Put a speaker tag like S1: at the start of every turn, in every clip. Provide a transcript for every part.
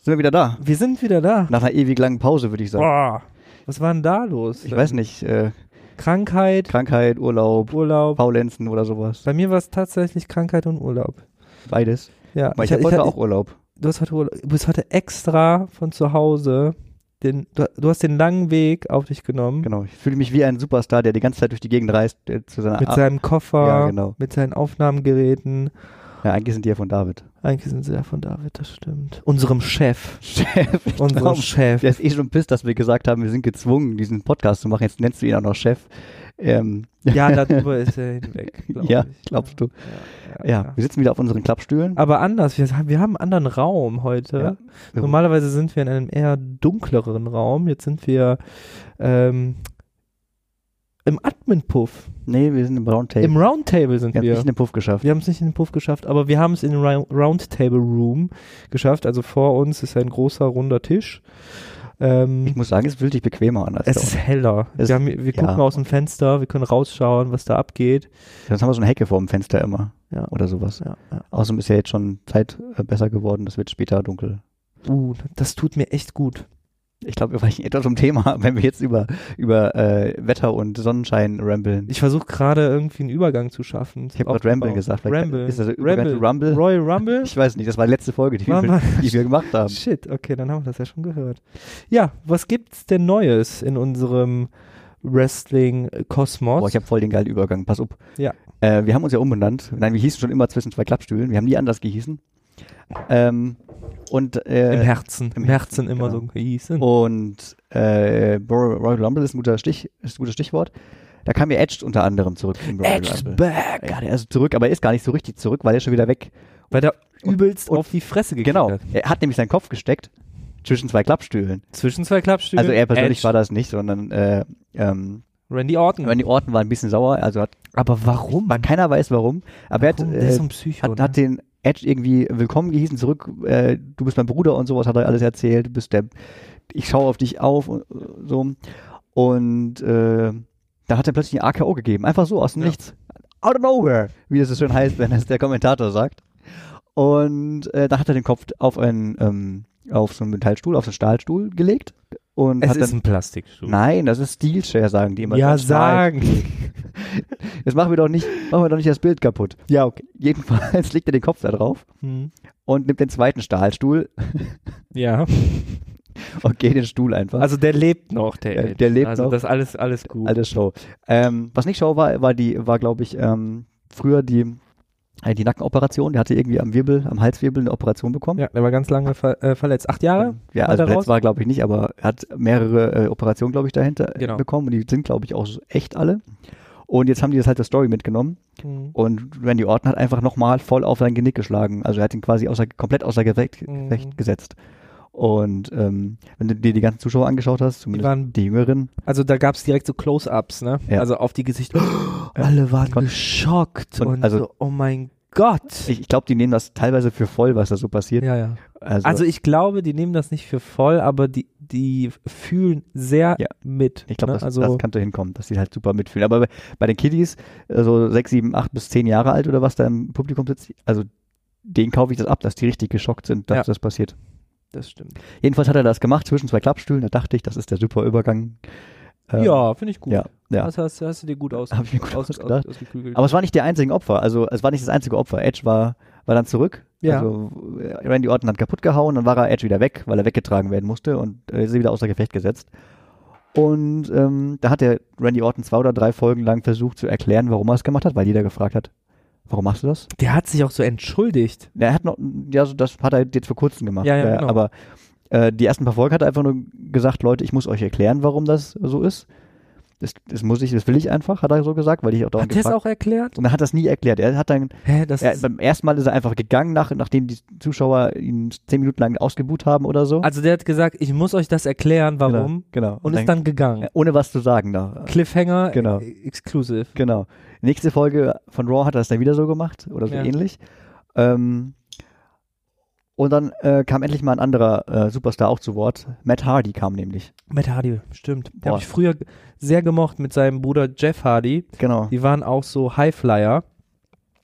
S1: Sind wir wieder da?
S2: Wir sind wieder da.
S1: Nach einer ewig langen Pause, würde ich sagen.
S2: Boah, was war denn da los?
S1: Ich weiß nicht, äh,
S2: Krankheit,
S1: Krankheit, Urlaub,
S2: Urlaub.
S1: Faulenzen oder sowas.
S2: Bei mir war es tatsächlich Krankheit und Urlaub.
S1: Beides.
S2: Ja,
S1: Aber ich habe heute auch Urlaub.
S2: du hast heute Urlaub. Du bist heute extra von zu Hause. Den, du, du hast den langen Weg auf dich genommen.
S1: Genau. Ich fühle mich wie ein Superstar, der die ganze Zeit durch die Gegend reist. Der zu seiner
S2: Mit
S1: Ar-
S2: seinem Koffer,
S1: Ah. Ja, genau.
S2: mit seinen Aufnahmegeräten.
S1: ja, eigentlich sind die ja von David.
S2: Eigentlich sind sie ja von David, das stimmt. Unserem Chef.
S1: Chef. ich
S2: Unserem
S1: glaub,
S2: Chef.
S1: Der ist eh schon pisst, dass wir gesagt haben, wir sind gezwungen, diesen Podcast zu machen. Jetzt nennst du ihn auch noch Chef. Ähm,
S2: Ja, darüber ist er hinweg. Glaub
S1: Ja,
S2: ich.
S1: glaubst du?
S2: Ja, ja,
S1: ja,
S2: ja.
S1: wir sitzen wieder auf unseren Klappstühlen.
S2: Aber anders, wir, wir haben einen anderen Raum heute.
S1: Ja.
S2: Normalerweise sind wir in einem eher dunkleren Raum. Jetzt sind wir ähm, im Admin-Puff.
S1: Nee, wir sind im Roundtable.
S2: Im Roundtable sind
S1: wir haben es
S2: wir.
S1: nicht in den Puff geschafft.
S2: wir haben es nicht in den Puff geschafft, aber wir haben es in den Ra- Roundtable-Room geschafft. Also vor uns ist ein großer, runder Tisch.
S1: Ich
S2: Ähm,
S1: muss sagen, es fühlt sich bequemer an als
S2: es
S1: da
S2: ist heller.
S1: Es-
S2: wir haben, wir
S1: ja.
S2: gucken aus dem Fenster, wir können rausschauen, was da abgeht.
S1: Sonst haben wir so eine Hecke vor dem Fenster immer.
S2: Ja.
S1: Oder sowas.
S2: Ja, ja.
S1: Außerdem ist ja jetzt schon Zeit äh, besser geworden. Es wird später dunkel.
S2: Uh, das tut mir echt gut.
S1: Ich glaube, wir weichen etwas vom Thema, wenn wir jetzt über, über äh, Wetter und Sonnenschein rambeln.
S2: Ich versuche gerade irgendwie einen Übergang zu schaffen.
S1: Ich habe gerade Ramble gesagt. Vielleicht
S2: Ramble.
S1: Ist das
S2: Ramble.
S1: Ramble. Rumble?
S2: Royal Rumble.
S1: Ich weiß nicht, das war die letzte Folge, die,
S2: War
S1: wir,
S2: mal-
S1: die wir gemacht haben.
S2: Shit, okay, dann haben wir das ja schon gehört. Ja, was gibt's denn Neues in unserem äh, Wrestling-Kosmos?
S1: Boah, ich habe voll den geilen Übergang, pass up.
S2: Ja.
S1: Äh, wir haben uns ja umbenannt. Nein, wir hießen schon immer zwischen zwei Klappstühlen. Wir haben nie anders gehießen. Ähm, und
S2: Im
S1: äh,
S2: Herzen, im Herzen immer
S1: genau.
S2: so gehießen.
S1: und äh, Bro- Royal Rumble ist ein, guter Stich, ist ein gutes Stichwort. Da kam ja Edge unter anderem zurück. im Royal Rumble.
S2: back!
S1: Ja, der ist also zurück, aber er ist gar nicht so richtig zurück, weil er ist schon wieder weg.
S2: Weil der übelst auf die Fresse gekriegt
S1: Genau.
S2: hat.
S1: Er hat nämlich seinen Kopf gesteckt zwischen zwei Klappstühlen.
S2: Zwischen zwei Klappstühlen.
S1: Also er persönlich
S2: Edge,
S1: war das nicht, sondern äh, ähm,
S2: Randy Orton.
S1: Randy Orton war ein bisschen sauer. Also hat,
S2: aber warum?
S1: war, keiner weiß warum. Aber
S2: Warum? Der
S1: er
S2: ist
S1: hat,
S2: so
S1: äh,
S2: ein Psycho.
S1: hat,
S2: ne?
S1: hat den Edge irgendwie willkommen gehießen zurück. Äh, du bist mein Bruder und sowas hat er alles erzählt. Du bist der, ich schaue auf dich auf und äh, so. Und äh, da hat er plötzlich ein AKO gegeben. Einfach so aus dem
S2: Ja.
S1: Nichts. Out of nowhere, wie das so schön heißt, wenn das der Kommentator sagt. Und äh, dann hat er den Kopf auf einen, ähm, auf so einen Metallstuhl, auf so einen Stahlstuhl gelegt. Und
S2: es
S1: hat
S2: ist
S1: dann,
S2: ein Plastikstuhl.
S1: nein, das ist Steelchair, sagen die immer.
S2: ja,
S1: So ein Stahl.
S2: sagen.
S1: Jetzt machen wir doch nicht, machen wir doch nicht das Bild kaputt.
S2: ja, okay.
S1: Jedenfalls legt er den Kopf da drauf
S2: Hm.
S1: und nimmt den zweiten Stahlstuhl
S2: Ja.
S1: und geht den Stuhl einfach.
S2: Also der lebt noch, der
S1: Der-
S2: Edge.
S1: der lebt
S2: also
S1: noch. Also-
S2: das alles, alles gut.
S1: Alte Show. Ähm, was nicht Show war, war die, war glaube ich ähm, früher die äh, die Nackenoperation. Der hatte irgendwie am Wirbel, am Halswirbel eine Operation bekommen.
S2: ja, der war ganz lange ver äh, verletzt. Acht Jahre?
S1: Ja, also
S2: War der raus?
S1: verletzt war er, glaube ich nicht, aber er hat mehrere äh, Operationen, glaube ich, dahinter äh,
S2: Genau.
S1: bekommen und die sind, glaube ich, auch echt alle. Und jetzt haben die das halt zur Story mitgenommen
S2: Mhm.
S1: und Randy Orton hat einfach nochmal voll auf sein Genick geschlagen. Also er hat ihn quasi außer, komplett außer Gefecht,
S2: Mhm.
S1: Gefecht gesetzt. Und ähm, wenn du dir die ganzen Zuschauer angeschaut hast, zumindest die,
S2: waren-
S1: Jüngeren,
S2: Also da gab es direkt so Close-Ups, ne?
S1: Ja.
S2: Also auf die Gesichter. Alle waren
S1: Kon-
S2: geschockt
S1: Und
S2: und,
S1: also-
S2: so, oh mein Gott.
S1: ich, ich glaube, die nehmen das teilweise für voll, was da so passiert.
S2: ja, ja. Also ich glaube, die nehmen das nicht für voll, aber die, die fühlen sehr
S1: Ja.
S2: mit.
S1: Ich glaube,
S2: ne?
S1: das,
S2: also,
S1: das kann so hinkommen, dass die halt super mitfühlen. Aber bei, bei den Kiddies, äh, so sechs, sieben, acht bis zehn Jahre alt oder was da im Publikum sitzt, also denen kaufe ich das ab, dass die richtig geschockt sind, dass
S2: Ja.
S1: das passiert.
S2: das stimmt.
S1: Jedenfalls hat er das gemacht zwischen zwei Klappstühlen. Da dachte ich, das ist der super Übergang. Ähm,
S2: ja, finde ich gut.
S1: Ja, ja.
S2: Das hast, hast du dir gut aus,
S1: Hab ich mir gut
S2: aus,
S1: ausgedacht.
S2: aus, ausgeklügelt.
S1: Aber es war nicht der einzige Opfer. Also es war nicht das einzige Opfer. Edge war, war dann zurück.
S2: Ja.
S1: Also äh, Randy Orton hat kaputt gehauen, dann war er Edge wieder weg, weil er weggetragen werden musste und äh, ist er wieder außer Gefecht gesetzt. Und ähm, da hat der Randy Orton zwei oder drei Folgen lang versucht zu erklären, warum er es gemacht hat, weil jeder gefragt hat, warum machst du das?
S2: der hat sich auch so entschuldigt.
S1: Na, Er hat noch, ja, so, das hat er jetzt vor kurzem gemacht.
S2: Ja, ja, genau.
S1: Aber äh, die ersten paar Folgen hat er einfach nur gesagt, Leute, ich muss euch erklären, warum das so ist. Das, das muss ich, das will ich einfach, hat er so gesagt, weil ich auch dauernd
S2: Hat der es
S1: gefragt-
S2: auch erklärt?
S1: Und er hat das nie erklärt. Er hat dann
S2: Hä, das
S1: er,
S2: ist,
S1: beim ersten Mal ist er einfach gegangen, nach, nachdem die Zuschauer ihn zehn Minuten lang ausgebuht haben oder so.
S2: also der hat gesagt, ich muss euch das erklären, warum.
S1: Genau. genau.
S2: Und ist dann gegangen.
S1: äh, ohne was zu sagen da.
S2: Cliffhanger
S1: Genau.
S2: äh, exclusive.
S1: Genau. Nächste Folge von Raw hat er das dann wieder so gemacht oder so
S2: Ja.
S1: ähnlich. Ähm, und dann äh, kam endlich mal ein anderer äh, Superstar auch zu Wort. Matt Hardy kam nämlich.
S2: Matt Hardy, stimmt. Den
S1: Boah.
S2: habe ich früher g- sehr gemocht mit seinem Bruder Jeff Hardy.
S1: Genau.
S2: Die waren auch so Highflyer.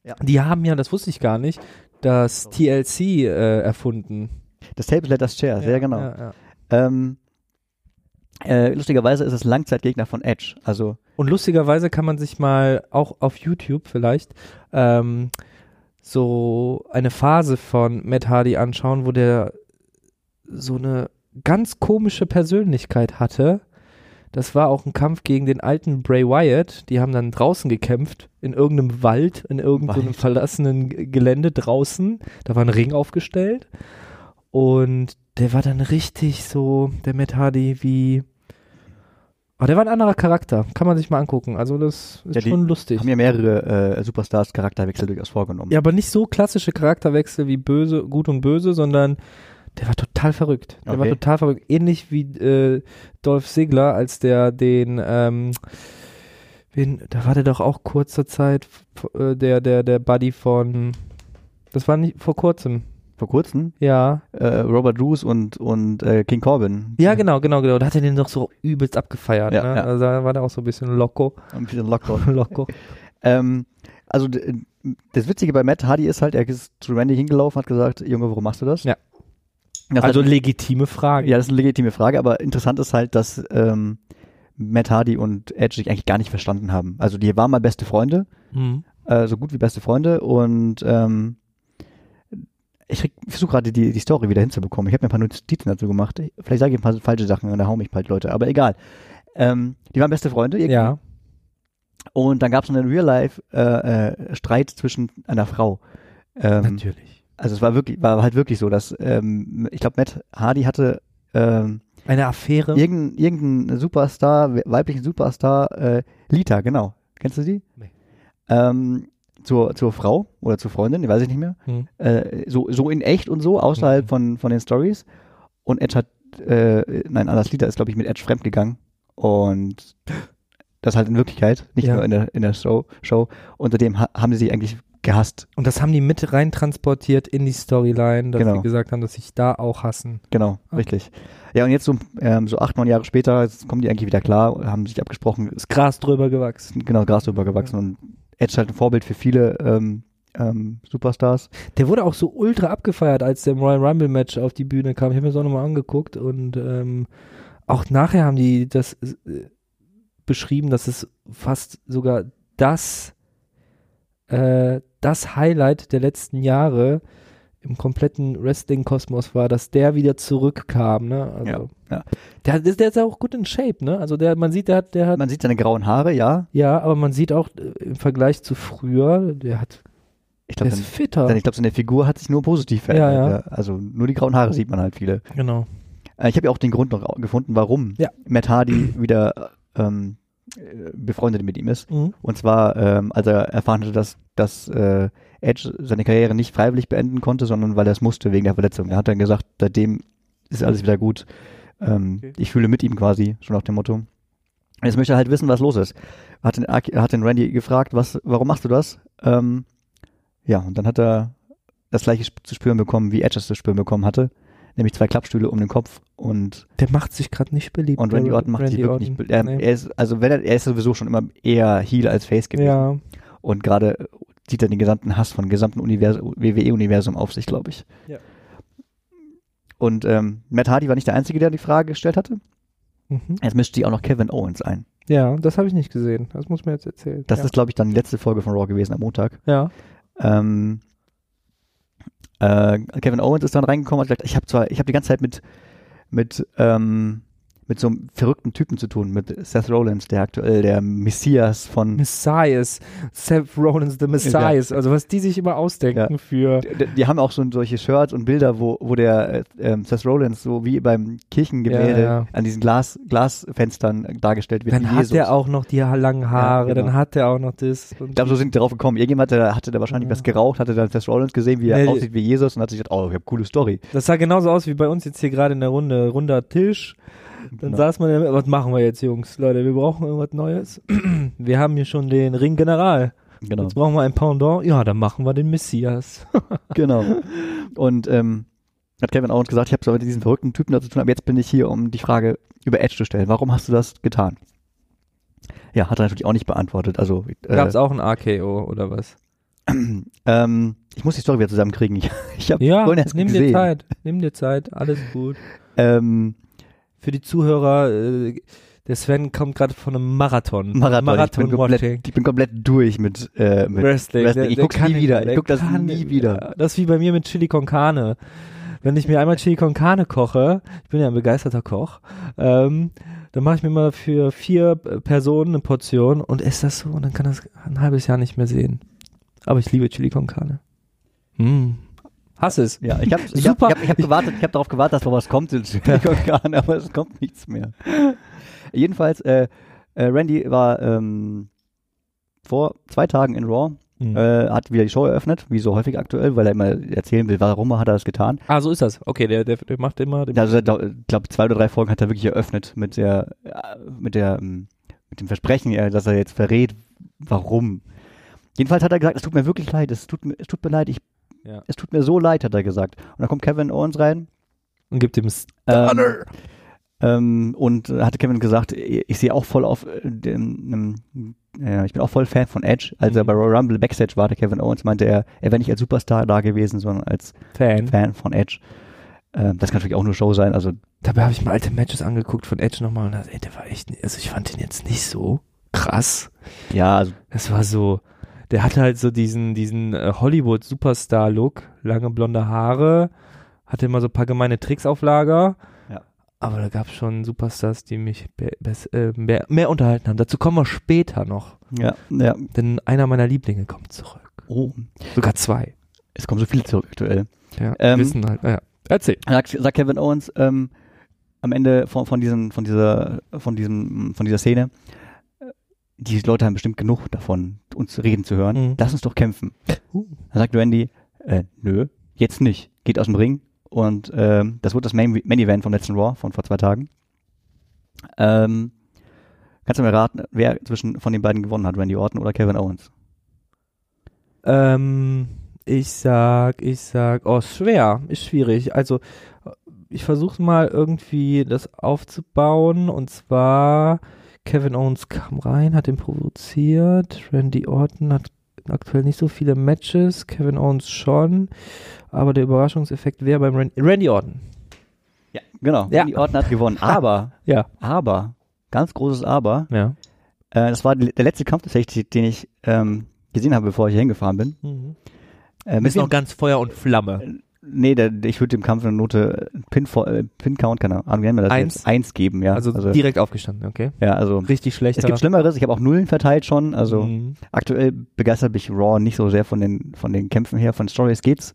S1: Ja.
S2: Die haben ja, das wusste ich gar nicht, das TLC äh, erfunden.
S1: Das Tape ist Letters Chair, sehr genau. Ähm, äh, lustigerweise ist es Langzeitgegner von Edge. Also
S2: Und lustigerweise kann man sich mal auch auf YouTube vielleicht ähm, so eine Phase von Matt Hardy anschauen, wo der so eine ganz komische Persönlichkeit hatte. Das war auch ein Kampf gegen den alten Bray Wyatt. Die haben dann draußen gekämpft, in irgendeinem Wald, in irgendeinem
S1: Wald.
S2: verlassenen G- Gelände draußen. Da war ein Ring aufgestellt. Und der war dann richtig so, der Matt Hardy, wie. Aber der war ein anderer Charakter. Kann man sich mal angucken. Also, das ist
S1: Ja, die
S2: schon lustig.
S1: haben ja mehrere äh, Superstars Charakterwechsel durchaus vorgenommen.
S2: Ja, aber nicht so klassische Charakterwechsel wie böse, gut und böse, sondern der war total verrückt. Der war
S1: Okay.
S2: total verrückt. Ähnlich wie äh, Dolph Segler, als der den, ähm, wen, da war der doch auch kurzer Zeit, f- äh, der, der, der Buddy von, das war nicht vor kurzem,
S1: Vor kurzem
S2: ja.
S1: äh, Robert Roos und, und äh, King Corbin.
S2: Ja, genau, genau, genau. Da hat er den doch so übelst abgefeiert.
S1: Ja,
S2: ne?
S1: ja.
S2: Also da war der auch so ein bisschen loco.
S1: Ein bisschen Lockdown.
S2: loco.
S1: Ähm, also d- das Witzige bei Matt Hardy ist halt, er ist zu Randy hingelaufen, hat gesagt, Junge, warum machst du das?
S2: Ja.
S1: Das
S2: Also
S1: also,
S2: legitime Frage.
S1: ja, das ist eine legitime Frage, aber interessant ist halt, dass ähm, Matt Hardy und Edge sich eigentlich gar nicht verstanden haben. Also die waren mal beste Freunde,
S2: Mhm.
S1: äh, so gut wie beste Freunde und ähm, ich versuche gerade die, die Story wieder hinzubekommen. Ich habe mir ein paar Notizen dazu gemacht. Vielleicht sage ich ein paar falsche Sachen und da hau mich bald Leute, aber egal. Ähm, die waren beste Freunde irgendwie.
S2: Ja.
S1: Und dann gab es einen Real-Life-Streit zwischen einer Frau. Ähm,
S2: natürlich.
S1: also es war wirklich, war halt wirklich so, dass ähm, ich glaube, Matt Hardy hatte ähm,
S2: Eine Affäre.
S1: irgendeinen irgendeinen Superstar, we- weiblichen Superstar, äh, Lita, genau. Kennst du die?
S2: Nee.
S1: Ähm, zur, zur Frau oder zur Freundin, die weiß ich nicht mehr.
S2: Mhm.
S1: Äh, so, so in echt und so, außerhalb
S2: Mhm.
S1: von, von den Stories. Und Edge hat, äh, nein, anders Lita ist, glaube ich, mit Edge fremdgegangen. Und das halt in Wirklichkeit, nicht
S2: Ja.
S1: nur in der, in der Show, Show. Unter ha haben sie sich eigentlich gehasst.
S2: Und das haben die mit rein transportiert in die Storyline, dass
S1: Genau.
S2: sie gesagt haben, dass sich da auch hassen.
S1: Genau,
S2: Okay.
S1: richtig. Ja, und jetzt so, ähm, so acht, neun Jahre später jetzt kommen die eigentlich wieder klar, haben sich abgesprochen,
S2: Das Gras drüber gewachsen.
S1: genau Gras drüber gewachsen und Edge halt ein Vorbild für viele ähm, ähm, Superstars.
S2: Der wurde auch so ultra abgefeiert, als der im Royal Rumble Match auf die Bühne kam. Ich habe mir das auch nochmal angeguckt und ähm, auch nachher haben die das äh, beschrieben, dass es fast sogar das, äh, das Highlight der letzten Jahre im kompletten Wrestling-Kosmos war, dass der wieder zurückkam. Ne? Also,
S1: Ja, ja.
S2: Der, der ist ja auch gut in Shape, ne? Also der, man sieht, der hat, der hat
S1: Man sieht seine grauen Haare, ja.
S2: Ja, aber man sieht auch äh, im Vergleich zu früher, der hat
S1: Ich
S2: der
S1: glaube, sein-
S2: ist fitter.
S1: sein- ich glaube, seine Figur hat sich nur positiv verändert.
S2: Ja,
S1: Ja,
S2: ja.
S1: Also nur die grauen Haare sieht man halt viele.
S2: Genau.
S1: Äh, ich habe ja auch den Grund noch gefunden, warum
S2: Ja.
S1: Matt Hardy wieder ähm, äh, befreundet mit ihm ist.
S2: Mhm.
S1: Und zwar, ähm, als er erfahren hatte, dass, dass äh, Edge seine Karriere nicht freiwillig beenden konnte, sondern weil er es musste wegen der Verletzung. Er hat dann gesagt, seitdem ist alles wieder gut. Ähm,
S2: Okay.
S1: Ich fühle mit ihm quasi, schon nach dem Motto. Jetzt möchte er halt wissen, was los ist. Hat den, Aki- hat den Randy gefragt, was, warum machst du das? Ähm, ja, und dann hat er das gleiche sp- zu spüren bekommen, wie Edge es zu spüren bekommen hatte. Nämlich zwei Klappstühle um den Kopf und
S2: Der macht sich gerade nicht beliebt.
S1: und Randy
S2: der
S1: Orton macht
S2: Randy
S1: sich wirklich
S2: Orton.
S1: nicht. be- Er,
S2: Nee.
S1: er ist, also wenn er, er ist sowieso schon immer eher Heel als Face gewesen.
S2: Ja,
S1: Und gerade zieht er den gesamten Hass von gesamten Universum, WWE-Universum auf sich, glaube ich.
S2: Ja.
S1: Und ähm, Matt Hardy war nicht der Einzige, der die Frage gestellt hatte.
S2: mhm.
S1: Jetzt mischt sie auch noch Kevin Owens ein.
S2: ja, das habe ich nicht gesehen. Das muss mir jetzt erzählen.
S1: Das
S2: ja.
S1: ist, glaube ich, dann die letzte Folge von Raw gewesen am Montag.
S2: ja.
S1: Ähm, äh, Kevin Owens ist dann reingekommen und hat gesagt, ich habe zwar, ich habe die ganze Zeit mit mit ähm, mit so einem verrückten Typen zu tun, mit Seth Rollins, der aktuell der Messias von
S2: Messias, Seth Rollins the Messias, also was die sich immer ausdenken für
S1: D- Die haben auch schon solche Shirts und Bilder, wo, wo der äh, ähm, Seth Rollins so wie beim Kirchengemälde
S2: Ja, ja.
S1: an diesen Glas, Glasfenstern äh, dargestellt wird.
S2: dann
S1: wie
S2: hat
S1: Jesus.
S2: der auch noch die langen Haare,
S1: Ja, genau.
S2: dann hat der auch noch das und
S1: ich glaube, so sind die drauf gekommen. Irgendjemand hatte, hatte da wahrscheinlich
S2: Ja.
S1: was geraucht, hatte dann Seth Rollins gesehen, wie er
S2: Nee.
S1: aussieht wie Jesus und hat sich gedacht, oh, ich habe coole Story.
S2: das sah genauso aus wie bei uns jetzt hier gerade in der Runde, runder Tisch,
S1: Genau.
S2: Dann saß man ja, was machen wir jetzt, Jungs? Leute, wir brauchen irgendwas Neues. Wir haben hier schon den Ring General.
S1: genau.
S2: Jetzt brauchen wir ein Pendant. Ja, dann machen wir den Messias.
S1: genau. Und ähm, hat Kevin Owens gesagt, ich habe zwar mit diesen verrückten Typen da zu tun, aber jetzt bin ich hier, um die Frage über Edge zu stellen. Warum hast du das getan? Ja, hat er natürlich auch nicht beantwortet. Also äh,
S2: Gab's auch ein AKO oder was?
S1: ähm, ich muss die Story wieder zusammenkriegen. Ich, ich habe
S2: Ja,
S1: vorhin erst
S2: nimm
S1: gesehen.
S2: dir Zeit. Nimm dir Zeit. Alles gut.
S1: Ähm,
S2: Für die Zuhörer, äh, der Sven kommt gerade von einem Marathon.
S1: Marathon. ich, bin
S2: Marathon-Watching.
S1: komplett, ich bin komplett durch mit, äh, mit
S2: Wrestling.
S1: Wrestling.
S2: Der-
S1: Ich
S2: der
S1: guck's
S2: kann
S1: nie
S2: nicht
S1: wieder.
S2: mehr,
S1: Ich
S2: der
S1: guck das
S2: kann
S1: nie
S2: nicht
S1: wieder.
S2: mehr. Das ist wie bei mir mit Chili con Carne. Wenn ich mir einmal Chili con Carne koche, ich bin ja ein begeisterter Koch, ähm, dann mache ich mir mal für vier äh, Personen eine Portion und esse das so und dann kann das ein halbes Jahr nicht mehr sehen. Aber ich liebe Chili con Carne. Mm.
S1: Hm.
S2: Hass es.
S1: Ja, ich habe ich hab, ich
S2: Super.
S1: hab, ich hab gewartet, ich habe darauf gewartet, dass noch was kommt in Silicon Valley, aber es kommt nichts mehr. Jedenfalls, äh, äh, Randy war ähm, vor zwei Tagen in Raw,
S2: Mhm.
S1: äh, hat wieder die Show eröffnet, wie so häufig aktuell, weil er immer erzählen will, warum hat er das getan.
S2: Ah, so ist das. Okay, der, der, der macht immer. Der
S1: Also ich glaube, zwei oder drei Folgen hat er wirklich eröffnet mit der, äh, mit der, ähm, mit dem Versprechen, äh, dass er jetzt verrät, warum. Jedenfalls hat er gesagt, es tut mir wirklich leid, es tut mir, es tut mir leid, ich,
S2: Ja.
S1: es tut mir so leid, hat er gesagt. Und dann kommt Kevin Owens rein
S2: und gibt ihm
S1: ähm, ähm, und äh, hatte Kevin gesagt, ich ich sehe auch voll auf äh, dem, nem- ja, ich bin auch voll Fan von Edge. Als er
S2: Mhm.
S1: bei Royal Rumble Backstage war, der Kevin Owens meinte er, er wäre nicht als Superstar da gewesen, sondern als
S2: Fan.
S1: Fan von Edge. Ähm, das kann natürlich auch nur Show sein, also
S2: Dabei habe ich mir alte Matches angeguckt von Edge nochmal und dachte, ey, der war echt, nicht- also ich fand den jetzt nicht so krass.
S1: ja, also,
S2: Das war so, der hatte halt so diesen, diesen äh, Hollywood-Superstar-Look, lange blonde Haare, hatte immer so ein paar gemeine Tricks auf Lager.
S1: Ja.
S2: Aber da gab es schon Superstars, die mich be bes- äh, mehr, mehr unterhalten haben. Dazu kommen wir später noch,
S1: ja, ja.
S2: denn einer meiner Lieblinge kommt zurück.
S1: Oh,
S2: Sogar zwei.
S1: es kommen so viele zurück aktuell.
S2: Ja,
S1: Ähm,
S2: wissen halt, ja. Erzähl.
S1: sagt, sagt Kevin Owens ähm, am Ende von, von diesem, von dieser, von diesem, von dieser Szene, äh, die Leute haben bestimmt genug davon, uns reden zu hören.
S2: Mhm.
S1: Lass uns doch kämpfen.
S2: Uh.
S1: Dann sagt Randy, äh, nö, jetzt nicht. Geht aus dem Ring. Und ähm, das wird das Main, Main Event vom letzten Raw von vor zwei Tagen. Ähm, kannst du mir raten, wer zwischen von den beiden gewonnen hat, Randy Orton oder Kevin Owens?
S2: Ähm, ich sag, ich sag, oh, ist schwer, ist schwierig. Also, ich versuche mal irgendwie das aufzubauen. Und zwar, Kevin Owens kam rein, hat ihn provoziert. Randy Orton hat aktuell nicht so viele Matches. Kevin Owens schon. Aber der Überraschungseffekt wäre beim Randy, Randy Orton.
S1: Ja, genau.
S2: Ja.
S1: Randy Orton hat gewonnen. Aber,
S2: Ja.
S1: aber, ganz großes Aber,
S2: Ja.
S1: Äh, das war die- der letzte Kampf tatsächlich, den ich ähm, gesehen habe, bevor ich hier hingefahren bin.
S2: Mhm.
S1: Äh,
S2: Ist
S1: mit
S2: noch ganz Feuer und Flamme.
S1: nee, der, der- ich würde dem Kampf eine Note äh, Pin, vor- äh, Pin Count, keine Ahnung, wie nennen wir das
S2: Eins?
S1: jetzt? Eins geben, ja.
S2: Also, direkt aufgestanden, okay?
S1: ja, also
S2: Richtig schlecht.
S1: es gibt Schlimmeres, ich habe auch Nullen verteilt schon, also
S2: Mhm.
S1: aktuell begeistert mich Raw nicht so sehr von den, von den Kämpfen her, von Stories geht's,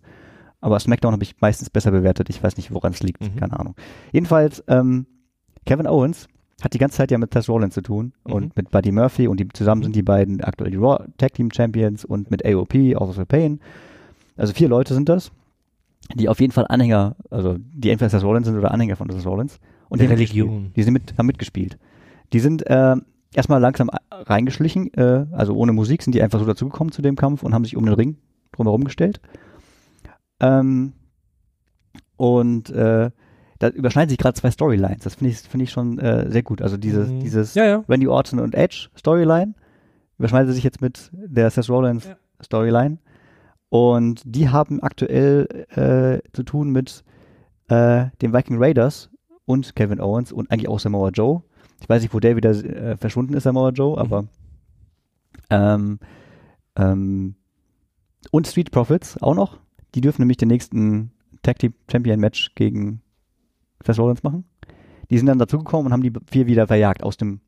S1: aber SmackDown habe ich meistens besser bewertet, ich weiß nicht, woran es liegt,
S2: Mhm.
S1: keine Ahnung. Jedenfalls, ähm, Kevin Owens hat die ganze Zeit ja mit Seth Rollins zu tun
S2: Mhm.
S1: und mit Buddy Murphy und die, zusammen sind die beiden aktuell die Raw Tag Team Champions und mit AOP, Authors of Pain. Also vier Leute sind das, die auf jeden Fall Anhänger, also die entweder Seth Rollins sind oder Anhänger von Seth Rollins. Und
S2: Der
S1: die haben mitgespielt.
S2: Religion.
S1: Die sind mit, haben mitgespielt. Die sind äh, erstmal langsam a- reingeschlichen, äh, also ohne Musik sind die einfach so dazugekommen zu dem Kampf und haben sich um den Ring drumherum gestellt. Ähm, und äh, da überschneiden sich gerade zwei Storylines. Das finde ich, finde ich schon äh, sehr gut. Also dieses,
S2: Mhm.
S1: dieses
S2: Ja, ja.
S1: Randy Orton und Edge Storyline überschneidet sich jetzt mit der Seth Rollins
S2: Ja.
S1: Storyline. Und die haben aktuell äh, zu tun mit äh, den Viking Raiders und Kevin Owens und eigentlich auch Samoa Joe. Ich weiß nicht, wo der wieder äh, verschwunden ist, Samoa Joe, aber ähm, ähm, und Street Profits auch noch. Die dürfen nämlich den nächsten Tag Team Champion Match gegen Seth Rollins machen. Die sind dann dazugekommen und haben die vier wieder verjagt aus dem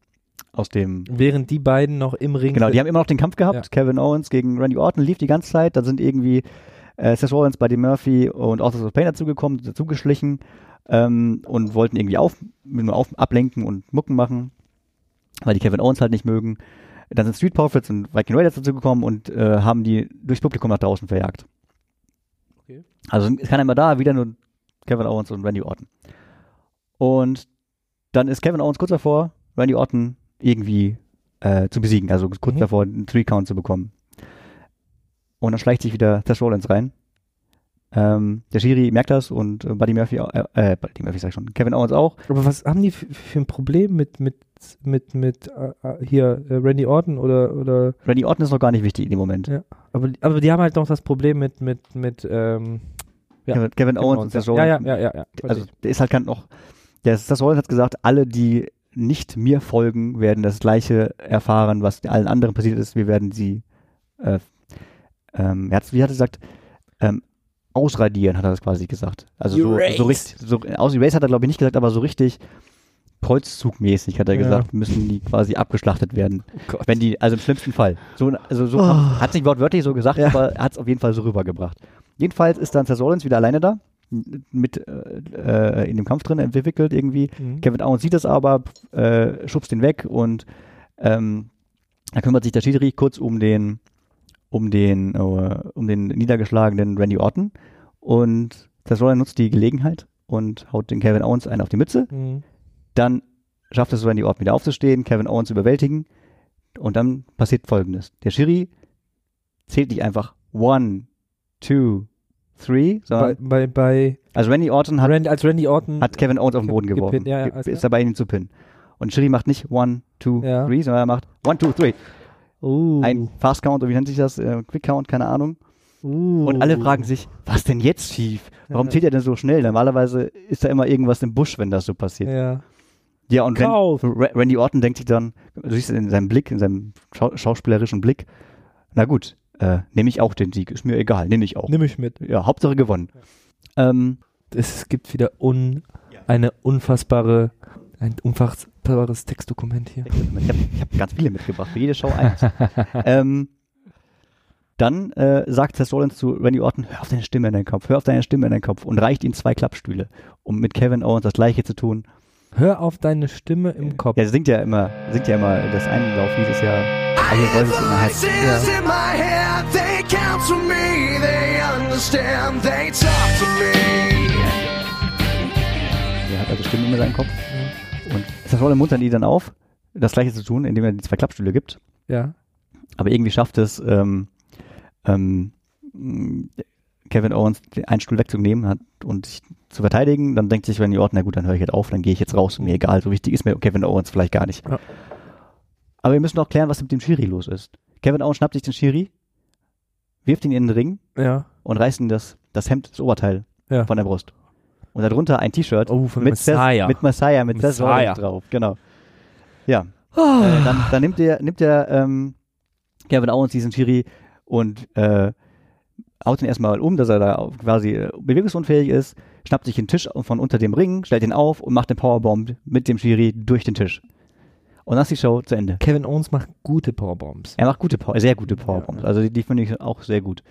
S1: aus dem
S2: Während die beiden noch im Ring
S1: Genau, die
S2: sind.
S1: haben immer noch den Kampf gehabt.
S2: Ja.
S1: Kevin Owens gegen Randy Orton lief die ganze Zeit. Da sind irgendwie äh, Seth Rollins, Buddy Murphy und Authors of Pain dazugekommen, dazugeschlichen ähm, und wollten irgendwie auf, nur auf, ablenken und Mucken machen, weil die Kevin Owens halt nicht mögen. Dann sind Street Profits und Viking Raiders dazugekommen und äh, haben die durchs Publikum nach draußen verjagt.
S2: Okay.
S1: Also es kann immer da, wieder nur Kevin Owens und Randy Orton. Und dann ist Kevin Owens kurz davor, Randy Orton irgendwie äh, zu besiegen, also kurz
S2: Mhm.
S1: davor einen Three-Count zu bekommen. Und dann schleicht sich wieder Seth Rollins rein. Ähm, der Schiri merkt das und äh, Buddy Murphy, au- äh, äh, Buddy Murphy sag ich schon, Kevin Owens auch.
S2: Aber was haben die f- für ein Problem mit, mit, mit, mit äh, äh, hier äh, Randy Orton oder, oder
S1: Randy Orton ist noch gar nicht wichtig in dem Moment.
S2: Ja. Aber, aber die haben halt noch das Problem mit, mit, mit, ähm, Ja.
S1: Kevin, Kevin Owens und Seth Rollins.
S2: Ja, ja, ja, ja. ja.
S1: Also, der ist halt kein noch. Der Seth Rollins hat gesagt, alle, die nicht mir folgen, werden das Gleiche erfahren, was allen anderen passiert ist. Wir werden sie, äh, ähm, er hat, wie hat er gesagt, ähm, ausradieren, hat er das quasi gesagt. Also so,
S2: Erase.
S1: so richtig, so, aus Erase hat er glaube ich nicht gesagt, aber so richtig kreuzzugmäßig hat er
S2: Ja. Oh
S1: gesagt, müssen die quasi abgeschlachtet werden.
S2: Gott.
S1: Wenn die, also im schlimmsten Fall. So, also so
S2: Oh.
S1: hat es nicht wortwörtlich so gesagt,
S2: Ja.
S1: aber hat es auf jeden Fall so rübergebracht. Jedenfalls ist dann Seth Rollins wieder alleine da, n- mit äh, äh, in dem Kampf drin, entwickelt irgendwie.
S2: Mhm.
S1: Kevin Owens sieht das aber, äh, schubst ihn weg und ähm, da kümmert sich der Schiri kurz um den, um den, äh, um den niedergeschlagenen Randy Orton und Seth Rollins nutzt die Gelegenheit und haut den Kevin Owens einen auf die Mütze.
S2: Mhm.
S1: Dann schafft es Randy Orton wieder aufzustehen, Kevin Owens überwältigen. Und dann passiert folgendes. Der Schiri zählt nicht einfach one, two, three,
S2: Bei,
S1: sondern
S2: bei, bei
S1: also Randy Orton hat,
S2: Randy, als Randy Orton.
S1: hat Kevin Owens auf den Boden
S2: Gepinnt,
S1: geworfen.
S2: ja, ja,
S1: Ge-
S2: alles
S1: ist
S2: klar.
S1: dabei, ihn zu pinnen. Und Schiri macht nicht one, two,
S2: Ja.
S1: three, sondern er macht one, two, three.
S2: uh,
S1: Ein Fast Count, oder wie nennt sich das? Äh, Quick Count, keine Ahnung.
S2: uh.
S1: Und alle fragen sich, was denn jetzt schief? Warum
S2: Ja.
S1: zählt er denn so schnell? Normalerweise ist da immer irgendwas im Busch, wenn das so passiert.
S2: Ja.
S1: Ja, und wenn,
S2: Kauf.
S1: Ra- Randy Orton denkt sich dann, du siehst in seinem Blick, in seinem schau schauspielerischen Blick, na gut, äh, nehme ich auch den Sieg, ist mir egal, nehme ich auch.
S2: Nimm ich mit.
S1: Ja, Hauptsache gewonnen. Ähm,
S2: Es gibt wieder un, eine unfassbare, ein unfassbares Textdokument hier.
S1: ich habe ich hab ganz viele mitgebracht, für jede Show eins. ähm, dann äh, sagt Seth Rollins zu Randy Orton, hör auf deine Stimme in deinen Kopf, hör auf deine Stimme in deinen Kopf und reicht ihm zwei Klappstühle, um mit Kevin Owens das gleiche zu tun.
S2: Hör auf deine Stimme im Kopf.
S1: Ja, er singt ja immer, singt ja immer das Einlauf, hieß es ja, aber hier soll es immer heißen.
S3: Voices in my head, they counsel me, they understand, they talk to me.
S1: Er hat also Stimmen in seinem Kopf.
S2: Mhm.
S1: Und Seth Rollins muntert die dann auf, das gleiche zu tun, indem er die zwei Klappstühle gibt.
S2: Ja.
S1: Aber irgendwie schafft es ähm, ähm, mh, Kevin Owens, den einen Stuhl wegzunehmen hat, und sich zu verteidigen. Dann denkt sich Randy Orton, na gut, dann höre ich halt auf, dann gehe ich jetzt raus. Mir egal, so wichtig ist mir Kevin Owens vielleicht gar nicht.
S2: Ja.
S1: Aber wir müssen noch klären, was mit dem Schiri los ist. Kevin Owens schnappt sich den Schiri, wirft ihn in den Ring
S2: Ja.
S1: und reißt ihm das, das Hemd, das Oberteil
S2: Ja.
S1: von der Brust. Und darunter ein T-Shirt
S2: Oh, von
S1: mit Seth-
S2: Messiah.
S1: Mit Messiah, mit Seth
S2: Messiah.
S1: Rollins drauf, genau. Ja.
S2: Ah.
S1: Äh, dann, dann nimmt der, nimmt der ähm, Kevin Owens diesen Schiri und äh, haut ihn erstmal um, dass er da auf- quasi äh, bewegungsunfähig ist, schnappt sich den Tisch von unter dem Ring, stellt ihn auf und macht den Powerbomb mit dem Schiri durch den Tisch. Und dann ist die Show zu Ende.
S2: Kevin Owens macht gute Powerbombs.
S1: Er macht gute, Power- sehr gute Powerbombs. Also die, die finde ich auch sehr gut.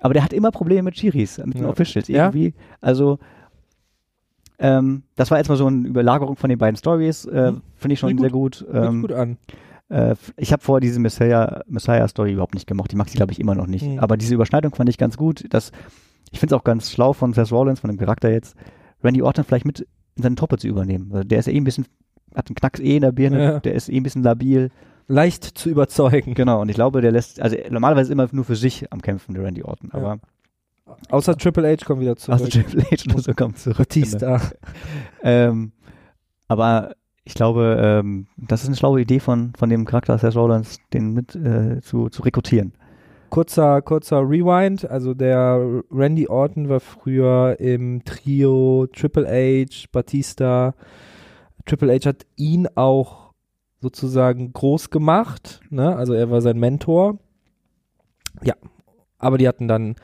S1: Aber der hat immer Probleme mit Chiris, mit den
S2: Ja.
S1: Officials
S2: Ja?
S1: irgendwie. Also ähm, das war jetzt mal so eine Überlagerung von den beiden Stories. Äh,
S2: Mhm.
S1: Finde ich schon
S2: Finde
S1: sehr
S2: ich
S1: gut.
S2: Hört sich
S1: Ähm,
S2: gut an.
S1: Äh, f- ich habe vor diese Messiah- Messiah-Story überhaupt nicht gemocht. Die mag sie, glaube ich, immer noch nicht.
S2: Mhm.
S1: Aber diese Überschneidung fand ich ganz gut. Das, ich finde es auch ganz schlau von Seth Rollins, von dem Charakter jetzt, Randy Orton vielleicht mit in seine Truppe zu übernehmen. Also der ist ja eh ein bisschen, hat einen Knacks eh in der Birne,
S2: Ja.
S1: der ist eh ein bisschen labil.
S2: Leicht zu überzeugen.
S1: Genau, und ich glaube, der lässt, also normalerweise immer nur für sich am Kämpfen, der Randy Orton, aber
S2: Genau. Außer Triple H kommt wieder zurück.
S1: also Triple H oder so kommt zurück.
S2: Batista.
S1: Ähm, aber ich glaube, ähm, das ist eine schlaue Idee von, von dem Charakter Seth Rollins, den mit äh, zu, zu rekrutieren.
S2: Kurzer, kurzer Rewind. Also der Randy Orton war früher im Trio Triple H, Batista. Triple H hat ihn auch sozusagen groß gemacht. Ne? Also er war sein Mentor. Ja, aber die hatten dann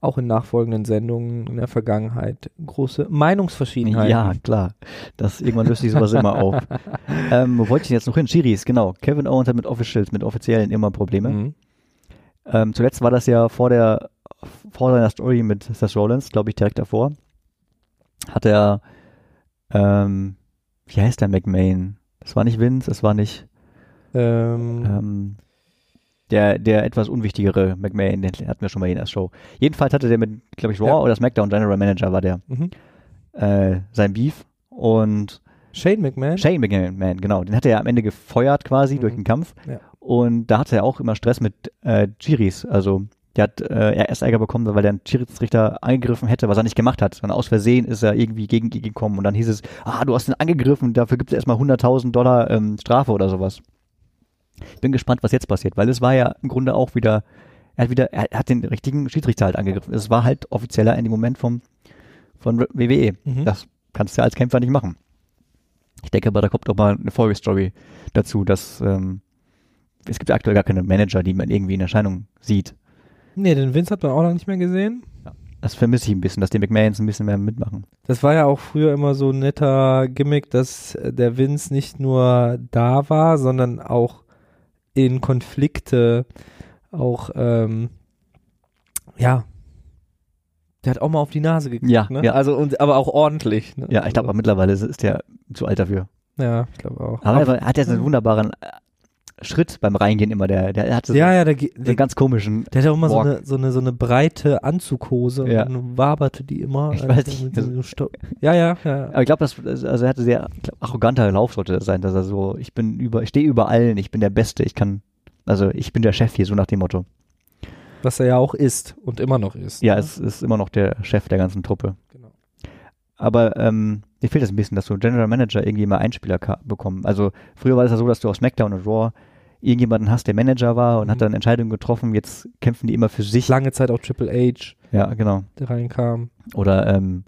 S2: auch in nachfolgenden Sendungen in der Vergangenheit große Meinungsverschiedenheiten.
S1: Ja, klar. Das, irgendwann löst sich sowas immer auf. Ähm, wo wollte ich denn jetzt noch hin? Schiris, genau. Kevin Owens hat mit Officials, mit Offiziellen immer Probleme.
S2: Mhm.
S1: Ähm, zuletzt war das ja vor der vor seiner Story mit Seth Rollins, glaube ich, direkt davor. Hat er, ähm, wie heißt der McMahon? Das war nicht Vince, das war nicht
S2: Ähm,
S1: ähm, der, der etwas unwichtigere McMahon, den hatten wir schon mal in der Show. Jedenfalls hatte der mit, glaube ich, Raw
S2: Ja.
S1: oder SmackDown General Manager war der,
S2: mhm.
S1: äh, sein Beef. Und
S2: Shane McMahon.
S1: Shane McMahon, genau. Den hat er ja am Ende gefeuert quasi durch den Kampf.
S2: Ja.
S1: Und da hatte er auch immer Stress mit äh, Chiris. Also der hat äh, er erst Ärger bekommen, weil er einen Schiedsrichter angegriffen hätte, was er nicht gemacht hat. Und aus Versehen ist er irgendwie gegen ihn gekommen. Und dann hieß es, ah, du hast ihn angegriffen, dafür gibt es erstmal 100.000 Dollar ähm, Strafe oder sowas. Ich bin gespannt, was jetzt passiert, weil es war ja im Grunde auch wieder, er hat wieder, er hat den richtigen Schiedsrichter halt angegriffen. Es war halt offizieller in dem Moment vom, von E. WWE.
S2: Mhm.
S1: Das kannst du ja als Kämpfer nicht machen. Ich denke aber, da kommt auch mal eine Folgestory dazu, dass ähm, es gibt ja aktuell gar keine Manager, die man irgendwie in Erscheinung sieht.
S2: Nee, den Vince hat man auch noch nicht mehr gesehen.
S1: Das vermisse ich ein bisschen, dass die McMahons ein bisschen mehr mitmachen.
S2: Das war ja auch früher immer so ein netter Gimmick, dass äh, der Vince nicht nur da war, sondern auch in Konflikte auch, ähm, ja, der hat auch mal auf die Nase gekriegt,
S1: Ja,
S2: ne?
S1: ja.
S2: Also, und, aber auch ordentlich, ne?
S1: Ja, ich glaube, aber mittlerweile ist- ist der zu alt dafür.
S2: Ja, ich glaube auch.
S1: Aber er war- hat ja so einen wunderbaren äh, Schritt beim Reingehen immer. Der, der hatte so,
S2: ja, ja, der,
S1: so einen
S2: der,
S1: ganz komischen.
S2: der hat auch immer so
S1: Walk.
S2: eine, so, eine, so eine breite Anzughose
S1: Ja.
S2: und waberte die immer.
S1: Ich
S2: äh,
S1: weiß nicht.
S2: mit so einem Sto- ja, ja, ja.
S1: Aber ich glaube, das- also er hatte sehr ich glaub, arroganter Lauf sollte das sein, dass er so, ich bin über, ich stehe über allen, ich bin der Beste, ich kann, also ich bin der Chef hier, so nach dem Motto.
S2: Was er ja auch ist und immer noch ist.
S1: Ja,
S2: ne?
S1: es ist immer noch der Chef der ganzen Truppe.
S2: Genau.
S1: Aber ähm, mir fehlt das ein bisschen, dass du General Manager irgendwie mal Einspieler ka- bekommen. Also früher war das ja so, dass du auf SmackDown und Raw irgendjemanden hast, der Manager war und
S2: Mhm.
S1: hat dann Entscheidungen getroffen. Jetzt kämpfen die immer für sich.
S2: Lange Zeit auch Triple H,
S1: Ja, genau.
S2: der reinkam.
S1: Oder ähm,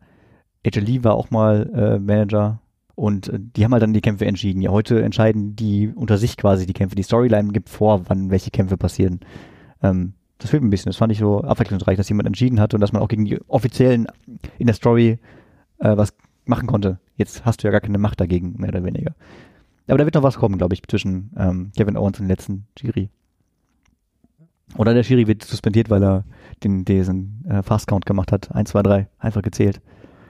S1: AJ Lee war auch mal äh, Manager. Und äh, die haben halt dann die Kämpfe entschieden. Ja, heute entscheiden die unter sich quasi die Kämpfe. Die Storyline gibt vor, wann welche Kämpfe passieren. Ähm, das fehlt mir ein bisschen. Das fand ich so abwechslungsreich, dass jemand entschieden hat und dass man auch gegen die Offiziellen in der Story äh, was machen konnte. Jetzt hast du ja gar keine Macht dagegen, mehr oder weniger. Aber da wird noch was kommen, glaube ich, zwischen ähm, Kevin Owens und dem letzten Jury. Oder der Schiri wird suspendiert, weil er den, diesen äh, Fast Count gemacht hat. 1, 2, 3, einfach gezählt.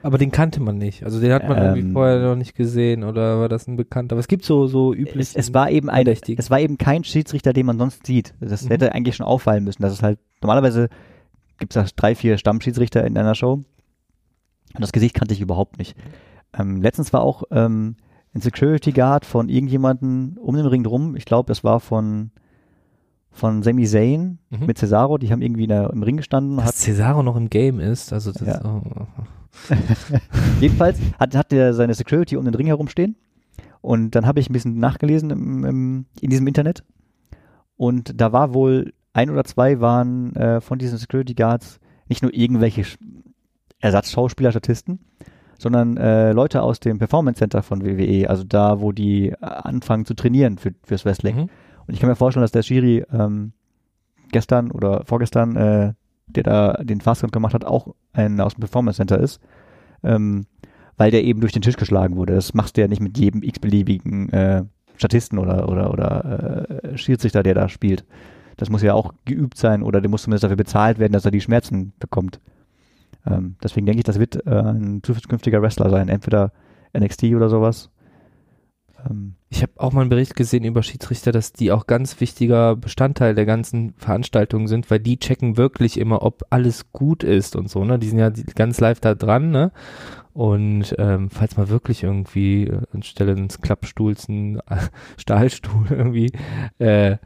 S2: Aber den kannte man nicht. Also den hat man irgendwie
S1: Ähm.
S2: vorher noch nicht gesehen oder war das ein Bekannter. Aber es gibt so, so üblich.
S1: Es, es, war eben ein,
S2: Verdächtigen.
S1: es war eben kein Schiedsrichter, den man sonst sieht. Das
S2: Mhm.
S1: hätte eigentlich schon auffallen müssen. Das ist halt, normalerweise gibt es da drei, vier Stammschiedsrichter in einer Show. Und das Gesicht kannte ich überhaupt nicht. Ähm, letztens war auch ähm, ein Security Guard von irgendjemanden um den Ring drum. Ich glaube, es war von, von Sami Zayn
S2: Mhm.
S1: mit Cesaro. Die haben irgendwie in der, im Ring gestanden.
S2: dass Cesaro noch im Game ist. Also das
S1: Ja.
S2: oh,
S1: Jedenfalls hat, hat er seine Security um den Ring herumstehen. Und dann habe ich ein bisschen nachgelesen im, im, in diesem Internet. Und da war wohl ein oder zwei waren äh, von diesen Security Guards nicht nur irgendwelche Sch- Ersatzschauspieler, Statisten, sondern äh, Leute aus dem Performance Center von WWE, also da, wo die äh, anfangen zu trainieren für, fürs Wrestling.
S2: Mhm.
S1: Und ich kann mir vorstellen, dass der Schiri ähm, gestern oder vorgestern, äh, der da den Fastcount gemacht hat, auch ein aus dem Performance Center ist, ähm, weil der eben durch den Tisch geschlagen wurde. Das machst du ja nicht mit jedem x-beliebigen äh, Statisten oder, oder, oder äh, Schiedsrichter, der da spielt. Das muss ja auch geübt sein oder der muss zumindest dafür bezahlt werden, dass er die Schmerzen bekommt. Ähm, deswegen denke ich, das wird äh, ein zukünftiger Wrestler sein, entweder NXT oder sowas. Ähm,
S2: Ich habe auch mal einen Bericht gesehen über Schiedsrichter, dass die auch ganz wichtiger Bestandteil der ganzen Veranstaltung sind, weil die checken wirklich immer, ob alles gut ist und so, ne? Die sind ja die- ganz live da dran, ne? Und ähm, falls mal wirklich irgendwie äh, anstelle eines Klappstuhls ein äh, Stahlstuhl irgendwie äh,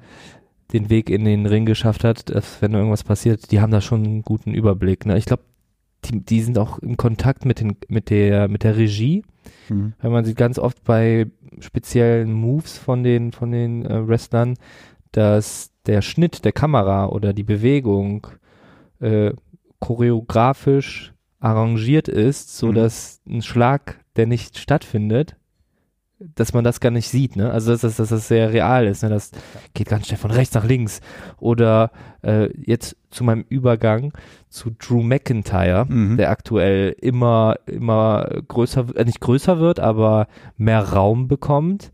S2: den Weg in den Ring geschafft hat, dass, wenn irgendwas passiert, die haben da schon einen guten Überblick, ne? Ich glaube, die, die sind auch im Kontakt mit, den, mit, der, mit der Regie
S1: mhm.
S2: weil man sieht ganz oft bei speziellen Moves von den, von den äh, Wrestlern, dass der Schnitt der Kamera oder die Bewegung äh, choreografisch arrangiert ist, so
S1: Mhm.
S2: dass ein Schlag, der nicht stattfindet, dass man das gar nicht sieht, ne? Also dass, dass, dass das sehr real ist, ne? Das geht ganz schnell von rechts nach links. Oder äh, jetzt zu meinem Übergang zu Drew McIntyre
S1: Mhm.
S2: der aktuell immer, immer größer, äh, nicht größer wird, aber mehr Raum bekommt,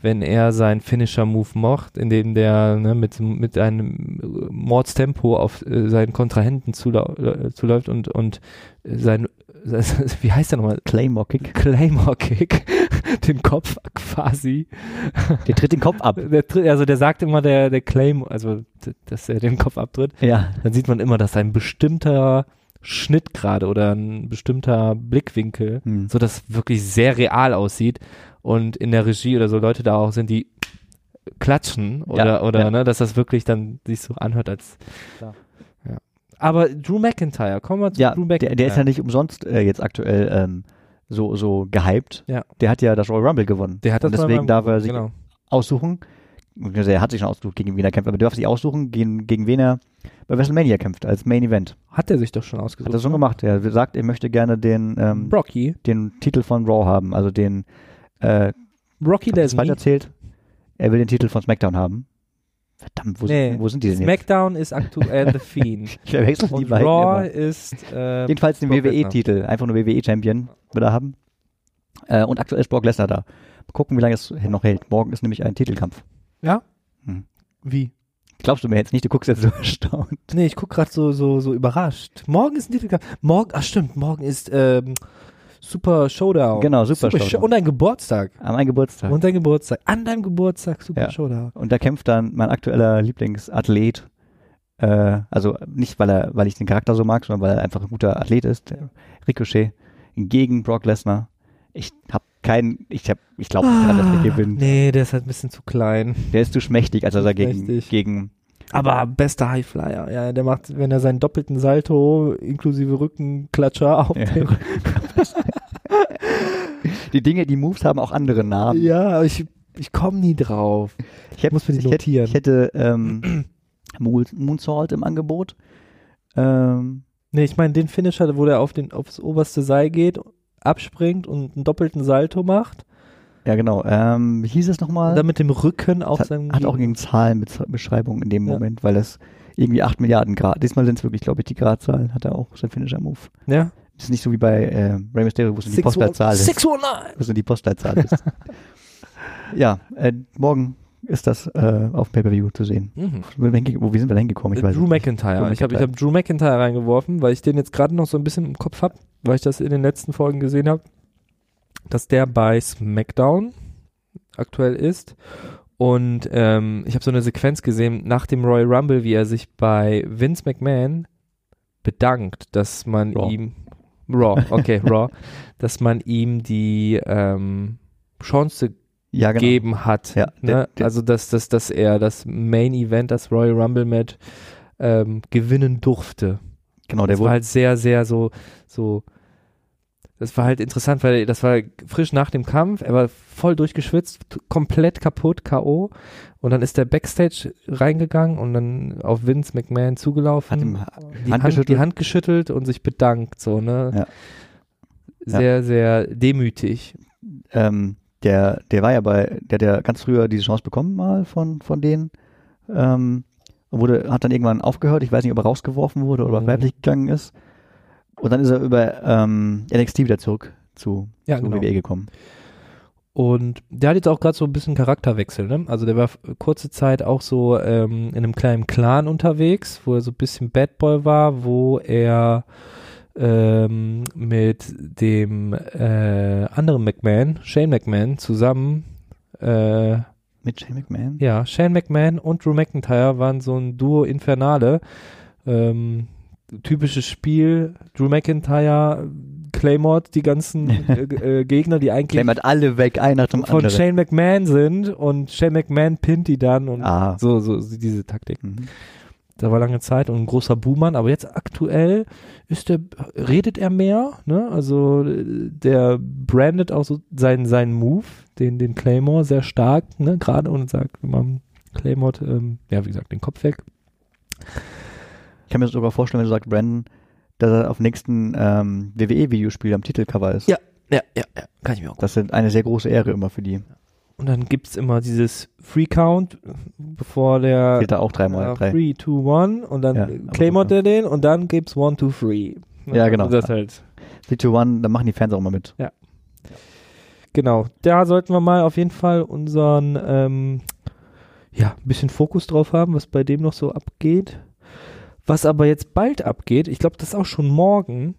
S2: wenn er seinen Finisher-Move macht, indem der ne, mit, mit einem äh, Mordstempo auf äh, seinen Kontrahenten zulau äh, zuläuft und, und äh, sein, wie heißt der nochmal?
S1: Claymore Kick.
S2: Claymore-Kick, den Kopf quasi
S1: Der tritt den Kopf ab.
S2: der, tri- also der sagt immer der, der Claim, also d- dass er den Kopf abtritt,
S1: Ja.
S2: dann sieht man immer, dass ein bestimmter Schnitt gerade oder ein bestimmter Blickwinkel,
S1: Hm.
S2: so dass wirklich sehr real aussieht und in der Regie oder so Leute da auch sind, die klatschen oder,
S1: Ja,
S2: oder
S1: ja.
S2: Ne, dass das wirklich dann sich so anhört als
S1: Klar.
S2: ja. Aber Drew McIntyre, kommen wir zu
S1: ja
S2: Drew
S1: der,
S2: McIntyre.
S1: der ist ja nicht umsonst äh, jetzt aktuell ähm, so, so gehypt.
S2: Ja.
S1: Der hat ja das Royal Rumble gewonnen.
S2: der hat das
S1: Und
S2: mal
S1: deswegen
S2: beim-
S1: darf er sich
S2: genau.
S1: aussuchen, beziehungsweise er hat sich schon ausgesucht, gegen wen er kämpft, aber er darf sich aussuchen, gegen, gegen wen er bei WrestleMania kämpft, als Main Event.
S2: Hat er sich doch schon
S1: Hat
S2: ausgesucht.
S1: er schon gemacht. Er sagt, er möchte gerne den, ähm,
S2: Rocky.
S1: den Titel von Raw haben, also den, äh,
S2: Rocky
S1: hab ich das falsch
S2: Lesnar.
S1: erzählt? Er will den Titel von SmackDown haben. Verdammt, wo,
S2: Nee,
S1: sind, wo sind die denn jetzt?
S2: SmackDown ist aktuell The Fiend.
S1: Ich verwechsel die
S2: Und
S1: beiden
S2: Raw
S1: immer.
S2: ist. Äh,
S1: Jedenfalls den
S2: Brock Lesnar.
S1: WWE-Titel, einfach nur WWE-Champion will er haben. Äh, und aktuell ist Brock Lesnar da. Mal gucken, wie lange es noch hält. Morgen ist nämlich ein Titelkampf.
S2: ja?
S1: Hm.
S2: Wie?
S1: Glaubst du mir jetzt nicht, du guckst jetzt so erstaunt.
S2: Nee, ich guck gerade so, so, so überrascht. Morgen ist ein Titelkampf. Morgen, ach stimmt, morgen ist ähm, Super Showdown.
S1: Genau, Super Showdown.
S2: Show- Und dein Geburtstag.
S1: An meinem Geburtstag. Und,
S2: Und dein Geburtstag. An deinem Geburtstag Super
S1: Ja.
S2: Showdown.
S1: da kämpft dann mein aktueller Lieblingsathlet. Äh, also nicht, weil er, weil ich den Charakter so mag, sondern weil er einfach ein guter Athlet ist. Ricochet gegen Brock Lesnar. Ich hab keinen, ich hab, ich glaube nicht daran, dass wir gewinnen.
S2: Ah, Nee, der ist halt ein bisschen zu klein.
S1: Der ist zu schmächtig, als dass er gegen,
S2: Schmächtig.
S1: gegen
S2: Aber bester Highflyer. Ja, der macht, wenn er seinen doppelten Salto inklusive Rückenklatscher auf
S1: Ja.
S2: den
S1: die Dinge, die Moves haben auch andere Namen.
S2: Ja, ich, ich komme nie drauf.
S1: Ich hätte,
S2: Muss man die
S1: ich hätte,
S2: notieren.
S1: ich hätte ähm, Moon- Moonsault im Angebot. Ähm,
S2: Nee, ich meine, den Finisher, wo der auf den, aufs oberste Seil geht, abspringt und einen doppelten Salto macht.
S1: ja, genau. Ähm, wie hieß es
S2: Und
S1: nochmal?
S2: dann mit dem Rücken auf
S1: Das
S2: seinem.
S1: hat, hat auch gegen Zahlenbeschreibung in dem
S2: Ja.
S1: Moment, weil das irgendwie 8 Milliarden Grad, diesmal sind es wirklich, glaube ich, die Gradzahlen, hat er auch sein Finisher-Move.
S2: ja?
S1: Das ist nicht so wie bei äh, Rey Mysterio, wo es nur die
S2: Six one-
S1: Postleitzahl ist.
S2: Six one nine.
S1: Wo es nur die Postleitzahl ist. ja, äh, morgen ist das äh, auf dem Pay-Per-View zu sehen.
S2: Mhm.
S1: Wo sind wir hinge- Wo, wie sind wir da hingekommen? Ich
S2: Äh,
S1: weiß
S2: Drew
S1: es nicht.
S2: McIntyre.
S1: Drew
S2: ich habe ich
S1: McIntyre.
S2: hab Drew McIntyre reingeworfen, weil ich den jetzt gerade noch so ein bisschen im Kopf habe, weil ich das in den letzten Folgen gesehen habe, dass der bei SmackDown aktuell ist. Und ähm, ich habe so eine Sequenz gesehen nach dem Royal Rumble, wie er sich bei Vince McMahon bedankt, dass man
S1: Raw.
S2: ihm Raw, okay, Raw, dass man ihm die ähm, Chance
S1: ja, genau.
S2: gegeben hat.
S1: Ja,
S2: ne?
S1: der- der-
S2: also dass, dass, dass er das Main Event, das Royal Rumble Match ähm, gewinnen durfte.
S1: Genau, der
S2: das war
S1: wurde,
S2: halt sehr, sehr so, so. Das war halt interessant, weil das war frisch nach dem Kampf. Er war voll durchgeschwitzt, t- komplett kaputt, K.O. Und dann ist der Backstage reingegangen und dann auf Vince McMahon zugelaufen
S1: hat ihm
S2: die Hand,
S1: geschüttelt.
S2: die Hand geschüttelt und sich bedankt, so, ne?
S1: Ja.
S2: Sehr, sehr demütig.
S1: ähm, der, der war ja bei, der hat ja ganz früher diese Chance bekommen mal von, von denen. Ähm, und wurde, hat dann irgendwann aufgehört. Ich weiß nicht, ob er rausgeworfen wurde oder ob er
S2: Mhm.
S1: weiblich gegangen ist. Und dann ist er über ähm, NXT wieder zurück zu,
S2: Ja,
S1: zu
S2: genau.
S1: WWE gekommen.
S2: Und der hat jetzt auch gerade so ein bisschen Charakterwechsel, ne? Also der war f- kurze Zeit auch so ähm, in einem kleinen Clan unterwegs, wo er so ein bisschen Bad Boy war, wo er ähm, mit dem äh, anderen McMahon, Shane McMahon, zusammen äh,
S1: Mit Shane McMahon.
S2: Ja, Shane McMahon und Drew McIntyre waren so ein Duo Infernale. Ähm, typisches Spiel, Drew McIntyre claimert die ganzen äh, äh, Gegner, die eigentlich
S1: Clem hat alle weg, einer zum
S2: von
S1: anderen.
S2: Shane McMahon sind und Shane McMahon pinnt die dann und
S1: Ah.
S2: so, so diese Taktik.
S1: Mhm.
S2: Da war lange Zeit und ein großer Buhmann, aber jetzt aktuell ist der, redet er mehr, ne? Also äh, der brandet auch so seinen, seinen Move, den, den Claymore sehr stark, ne? Gerade und sagt, man Claymore, ähm, ja, wie gesagt, den Kopf weg.
S1: Ich kann mir sogar vorstellen, wenn du sagst, Brandon, dass er auf dem nächsten ähm, WWE-Videospiel am Titelcover ist.
S2: Ja. Ja, ja, ja, kann ich mir auch
S1: Das ist eine sehr große Ehre immer für die.
S2: Und dann gibt's immer dieses Free Count, bevor der
S1: Fehlt da auch dreimal.
S2: Ja,
S1: drei.
S2: Äh, three, two, one und dann
S1: Ja,
S2: äh,
S1: aber
S2: claimert
S1: gut,
S2: er den und dann gibt's one, two, three.
S1: Ja, genau.
S2: Also das halt.
S1: 3, 2, 1, dann machen die Fans auch mal mit.
S2: Genau. Da sollten wir mal auf jeden Fall unseren ähm, ja, ein bisschen Fokus drauf haben, was bei dem noch so abgeht. Was aber jetzt bald abgeht, ich glaube, das ist auch schon morgen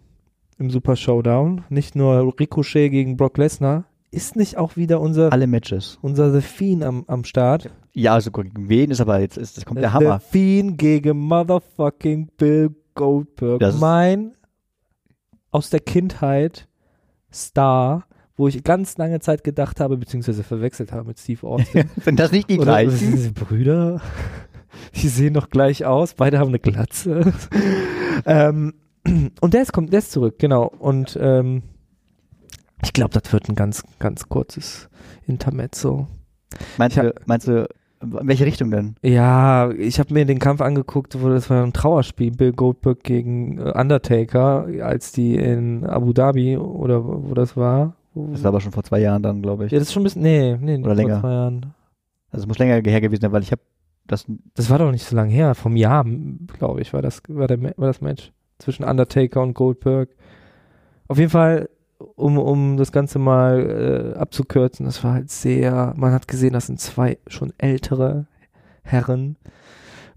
S2: im Super Showdown, nicht nur Ricochet gegen Brock Lesnar, ist nicht auch wieder unser,
S1: Alle Matches.
S2: unser The Fiend am, am Start?
S1: Ja, so gegen wen ist aber jetzt, ist, das kommt der Hammer.
S2: The Fiend gegen Motherfucking Bill Goldberg.
S1: Das ist-
S2: mein aus der Kindheit Star, wo ich ganz lange Zeit gedacht habe, beziehungsweise verwechselt habe mit Steve Austin.
S1: Sind das nicht die
S2: Oder
S1: gleichen?
S2: diese Brüder, die sehen doch gleich aus, beide haben eine Glatze. ähm, und der ist, kommt, der ist zurück, genau. Und ähm, ich glaube, das wird ein ganz, ganz kurzes Intermezzo.
S1: Meinst
S2: Ich
S1: du, meinst du, In welche Richtung denn?
S2: Ja, ich habe mir den Kampf angeguckt, wo das war ein Trauerspiel, Bill Goldberg gegen äh, Undertaker, als die in Abu Dhabi oder wo wo das war. Wo-
S1: Das war aber schon vor zwei Jahren dann, glaube ich.
S2: ja, das ist schon ein bisschen, nee, nee, nicht
S1: Oder
S2: vor
S1: länger.
S2: zwei Jahren.
S1: Also es muss länger her gewesen sein, weil ich habe das
S2: Das war doch nicht so lange her, vom Jahr, glaube ich, war das, war, der, Ma- war das Match zwischen Undertaker und Goldberg. Auf jeden Fall, um, um das Ganze mal äh, abzukürzen, das war halt sehr, man hat gesehen, das sind zwei schon ältere Herren.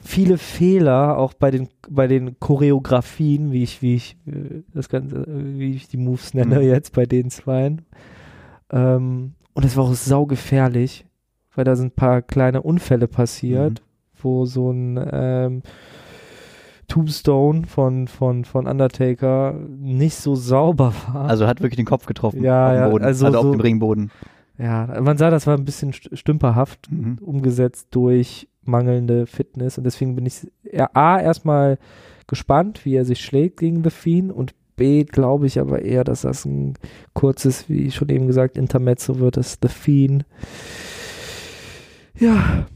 S2: Viele Fehler auch bei den bei den Choreografien, wie ich wie ich äh, das ganze äh, wie ich die Moves nenne
S1: Mhm.
S2: jetzt bei den zweien. Ähm, und es war auch saugefährlich, weil da sind ein paar kleine Unfälle passiert
S1: mhm.
S2: wo so ein ähm, Tombstone von, von, von Undertaker nicht so sauber war.
S1: Also hat wirklich den Kopf getroffen
S2: Ja,
S1: auf
S2: ja,
S1: dem Boden,
S2: also
S1: also, auf
S2: so-
S1: dem Ringboden.
S2: ja, man sah, das war ein bisschen st- stümperhaft
S1: Mhm.
S2: umgesetzt durch mangelnde Fitness und deswegen bin ich eher- A, erstmal gespannt, wie er sich schlägt gegen The Fiend und B, glaube ich aber eher, dass das ein kurzes, wie schon eben gesagt, Intermezzo wird, dass The Fiend ja,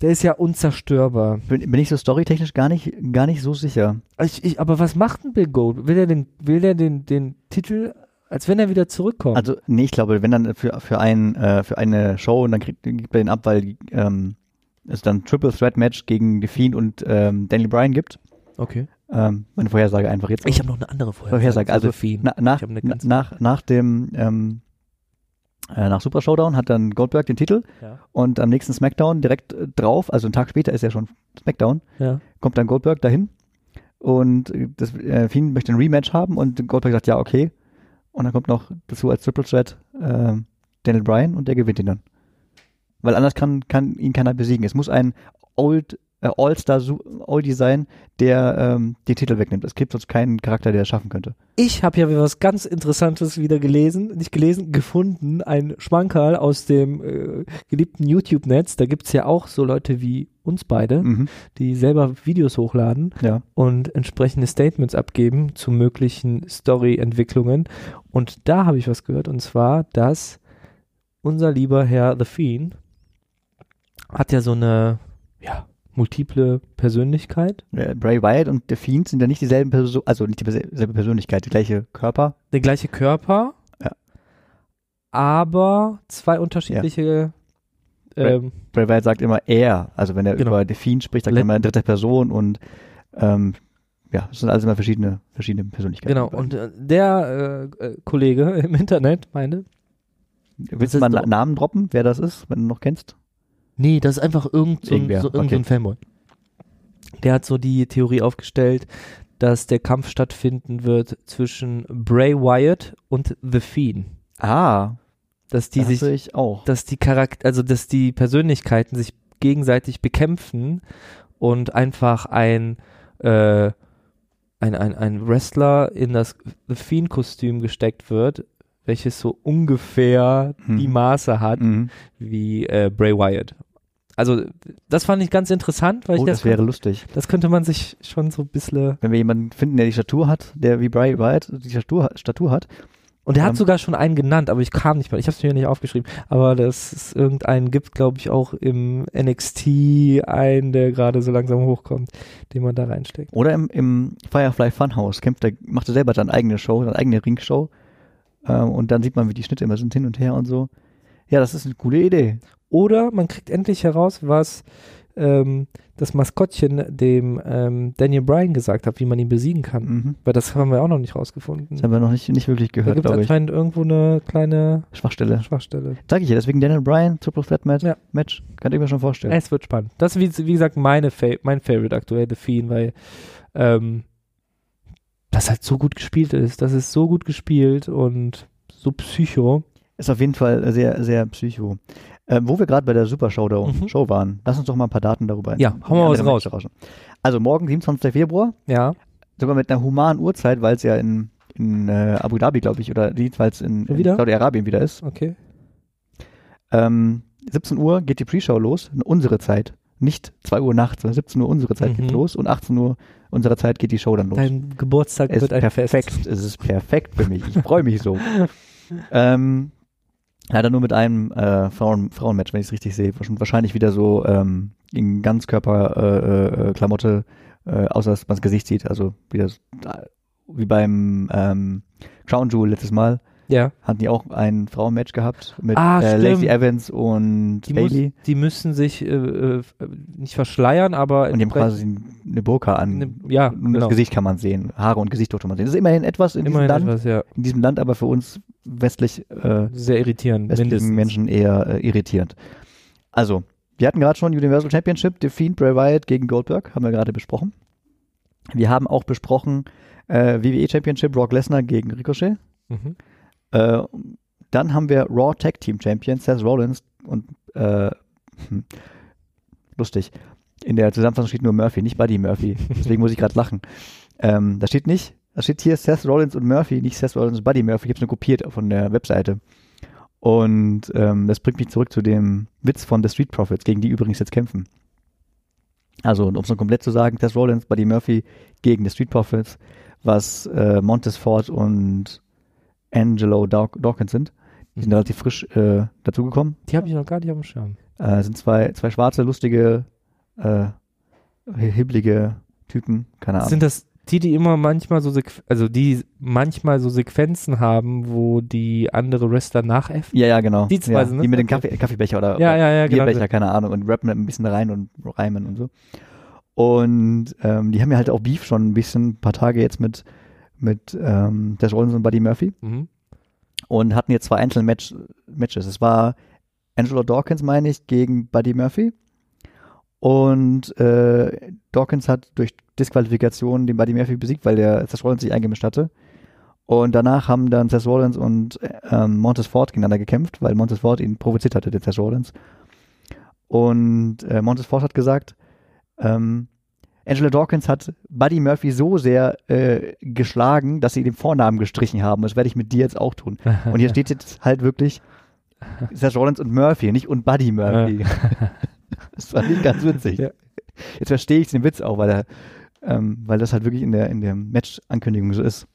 S2: der ist ja unzerstörbar.
S1: Bin, bin ich so storytechnisch gar nicht, gar nicht so sicher.
S2: Ich, ich, aber was macht denn Bill Gold? Will er den, will er den, den Titel, als wenn er wieder zurückkommt?
S1: Also, nee, ich glaube, wenn dann für, für, ein, äh, für eine Show und dann kriegt, gibt er den ab, weil ähm, es dann Triple Threat Match gegen The Fiend und ähm, Daniel Bryan gibt.
S2: okay.
S1: Ähm, meine Vorhersage einfach jetzt.
S2: Ich habe noch eine andere
S1: Vorhersage, also
S2: viel.
S1: Na, nach,
S2: Ich hab eine
S1: na-
S2: ganze-
S1: nach, nach dem ähm, äh, nach Super Showdown hat dann Goldberg den Titel
S2: Ja.
S1: und am nächsten SmackDown direkt äh, drauf, also einen Tag später ist ja schon SmackDown,
S2: ja.
S1: kommt dann Goldberg dahin und äh, das, äh, Fiend möchte ein Rematch haben und Goldberg sagt ja, okay. Und dann kommt noch dazu als Triple Threat äh, Daniel Bryan und der gewinnt ihn dann. Weil anders kann, kann ihn keiner besiegen. Es muss ein Old äh, All-Star Oldie sein, der ähm, den Titel wegnimmt. Es gibt sonst keinen Charakter, der das schaffen könnte.
S2: Ich habe ja wieder was ganz Interessantes wieder gelesen, nicht gelesen, gefunden, ein Schmankerl aus dem äh, geliebten YouTube-Netz. Da gibt's ja auch so Leute wie uns beide,
S1: Mhm.
S2: die selber Videos hochladen
S1: Ja.
S2: und entsprechende Statements abgeben zu möglichen Story-Entwicklungen. Und da habe ich was gehört, und zwar, dass unser lieber Herr The Fiend hat ja so eine ja, multiple Persönlichkeit,
S1: Äh, Bray Wyatt und The Fiend sind ja nicht dieselben Person, also nicht dieselbe Persönlichkeit, die gleiche Körper.
S2: der gleiche Körper,
S1: Ja.
S2: aber zwei unterschiedliche ähm,
S1: Bray Wyatt sagt immer er, also wenn er
S2: Genau.
S1: über The Fiend spricht, sagt
S2: Le-
S1: er immer in dritter Person und ähm, ja, es sind alles immer verschiedene, verschiedene Persönlichkeiten.
S2: genau. Und äh, der äh, äh, Kollege im Internet meinte,
S1: Willst
S2: das
S1: du mal
S2: ist
S1: einen
S2: doch-
S1: Namen droppen, wer das ist, wenn du noch kennst?
S2: Nee, das ist einfach irgend so ein,
S1: Irgendwer,
S2: so, irgend
S1: okay.
S2: so ein Fanboy. Der hat so die Theorie aufgestellt, dass der Kampf stattfinden wird zwischen Bray Wyatt und The Fiend.
S1: Ah,
S2: Dass die
S1: die
S2: sich,
S1: sehe ich auch.
S2: dass die Charakter, also dass die Persönlichkeiten sich gegenseitig bekämpfen und einfach ein, äh, ein, ein, ein Wrestler in das The Fiend-Kostüm gesteckt wird, welches so ungefähr
S1: Hm.
S2: die Maße hat,
S1: Mhm.
S2: wie äh, Bray Wyatt. Also, das fand ich ganz interessant, weil
S1: Oh,
S2: ich das,
S1: das wäre lustig.
S2: das könnte man sich schon so ein bisschen.
S1: Wenn wir jemanden finden, der die Statur hat, der wie Bray Wyatt die Statur, Statur hat.
S2: Und er hat
S1: Ähm.
S2: sogar schon einen genannt, aber ich kam nicht mal. Ich habe es mir nicht aufgeschrieben. Aber das ist irgendeinen gibt, glaube ich, auch im NXT einen, der gerade so langsam hochkommt, den man da reinsteckt.
S1: Oder im, im Firefly Funhouse kämpft er, macht er selber seine eigene Show, seine eigene Ringshow. Ähm, und dann sieht man, wie die Schnitte immer sind hin und her und so. Ja, das ist eine coole Idee.
S2: Oder man kriegt endlich heraus, was ähm, das Maskottchen dem ähm, Daniel Bryan gesagt hat, wie man ihn besiegen kann.
S1: Mhm.
S2: Weil das haben wir auch noch nicht rausgefunden.
S1: Das haben wir noch nicht, nicht wirklich
S2: Da halt
S1: gehört,
S2: gibt es
S1: glaube ich.
S2: anscheinend irgendwo eine kleine
S1: Schwachstelle.
S2: Schwachstelle.
S1: Sag ich ja, deswegen Daniel Bryan, Triple Threat Match,
S2: Ja.
S1: Match kann ich mir schon vorstellen.
S2: Es wird spannend. Das ist, wie, wie gesagt, meine Fa mein Favorite aktuell, The Fiend, weil ähm, das halt so gut gespielt ist. Das ist so gut gespielt und so psycho.
S1: Ist auf jeden Fall sehr, sehr psycho. Äh, wo wir gerade bei der Super Showdown,
S2: Mhm.
S1: Show waren, lass uns doch mal ein paar Daten darüber
S2: Ja,
S1: in-
S2: hau mal
S1: in
S2: was
S1: andere
S2: raus.
S1: Matches raushauen. Also morgen, 27. Februar,
S2: Ja,
S1: sogar mit einer humanen Uhrzeit, weil es ja in, in äh, Abu Dhabi, glaube ich, oder jedenfalls in, in
S2: Wieder?
S1: Saudi-Arabien wieder ist.
S2: okay.
S1: Ähm, 17 Uhr geht die Pre-Show los, unsere Zeit. Nicht 2 Uhr nachts, sondern 17 Uhr unsere Zeit
S2: Mhm.
S1: geht los und 18 Uhr unserer Zeit geht die Show dann los.
S2: Dein Geburtstag
S1: es
S2: wird ein
S1: perfekt.
S2: Fest.
S1: Es ist perfekt für mich. Ich freue mich so. ähm, Leider nur mit einem äh, Frauen Frauenmatch, wenn ich es richtig sehe. Wahrsch- Wahrscheinlich wieder so ähm, in Ganzkörperklamotte, äh, äh, Klamotte, äh, außer dass man das Gesicht sieht. Also wieder so- da- wie beim ähm, Crown Jewel letztes Mal.
S2: Ja.
S1: Hatten die auch ein Frauenmatch gehabt mit
S2: Ah,
S1: äh, Lacey
S2: stimmt.
S1: Evans und
S2: Die, muss,
S1: Bailey.
S2: die müssen sich äh, äh, nicht verschleiern, aber
S1: Und die haben quasi
S2: entsprechend-
S1: eine Burka an.
S2: ne, ja,
S1: Nur das
S2: genau.
S1: Gesicht kann man sehen. Haare und Gesicht durfte man sehen. Das ist immerhin etwas in,
S2: Immerhin
S1: diesem, Land,
S2: etwas, ja.
S1: in diesem Land, aber für uns westlich äh,
S2: Sehr irritierend, mindestens.
S1: westlichen Menschen eher äh, irritierend. Also, wir hatten gerade schon Universal Championship, The Fiend, Bray Wyatt gegen Goldberg, haben wir gerade besprochen. Wir haben auch besprochen äh, WWE Championship, Brock Lesnar gegen Ricochet.
S2: Mhm.
S1: Äh, dann haben wir Raw Tag Team Champion Seth Rollins und äh, hm, lustig. In der Zusammenfassung steht nur Murphy, nicht Buddy Murphy. Deswegen muss ich gerade lachen. Ähm, da steht nicht, da steht hier Seth Rollins und Murphy, nicht Seth Rollins und Buddy Murphy. Ich habe es nur kopiert von der Webseite. Und ähm, das bringt mich zurück zu dem Witz von The Street Profits, gegen die übrigens jetzt kämpfen. Also, um es nur komplett zu sagen, Seth Rollins, Buddy Murphy gegen The Street Profits, was äh, Montez Ford und Angelo Daw- Dawkins sind. Die sind
S2: Mhm.
S1: relativ frisch äh, dazugekommen.
S2: Die habe ich noch gar nicht auf dem Schirm.
S1: Äh, sind zwei, zwei schwarze, lustige, äh, hibblige Typen. Keine Ahnung.
S2: Sind das die, die immer manchmal so, Sequ also die manchmal so Sequenzen haben, wo die andere Wrestler nachäffen?
S1: ja, ja, genau.
S2: Die zwei
S1: ja,
S2: sind das?
S1: Die mit dem Kaffee, Kaffeebecher oder,
S2: Ja, ja, ja,
S1: Bierbecher,
S2: genau.
S1: keine Ahnung. Und rappen ein bisschen rein und reimen und so. Und ähm, die haben ja halt auch Beef schon ein bisschen, ein paar Tage jetzt mit, mit ähm, Des Rollins und Buddy Murphy.
S2: Mhm.
S1: und hatten jetzt zwei Einzelmatch Matches. Es war Angelo Dawkins, meine ich, gegen Buddy Murphy. Und äh, Dawkins hat durch Disqualifikation den Buddy Murphy besiegt, weil der Seth Rollins sich eingemischt hatte. Und danach haben dann Seth Rollins und ähm, Montes Ford gegeneinander gekämpft, weil Montes Ford ihn provoziert hatte, den Seth Rollins. Und äh, Montes Ford hat gesagt, ähm, Angela Dawkins hat Buddy Murphy so sehr äh, geschlagen, dass sie den Vornamen gestrichen haben. Das werde ich mit dir jetzt auch tun. Und hier steht jetzt halt wirklich Seth Rollins und Murphy, nicht und Buddy Murphy. das war nicht ganz witzig.
S2: Ja.
S1: Jetzt verstehe ich den Witz auch, weil, er, ähm, weil das halt wirklich in der, in der Match-Ankündigung so ist.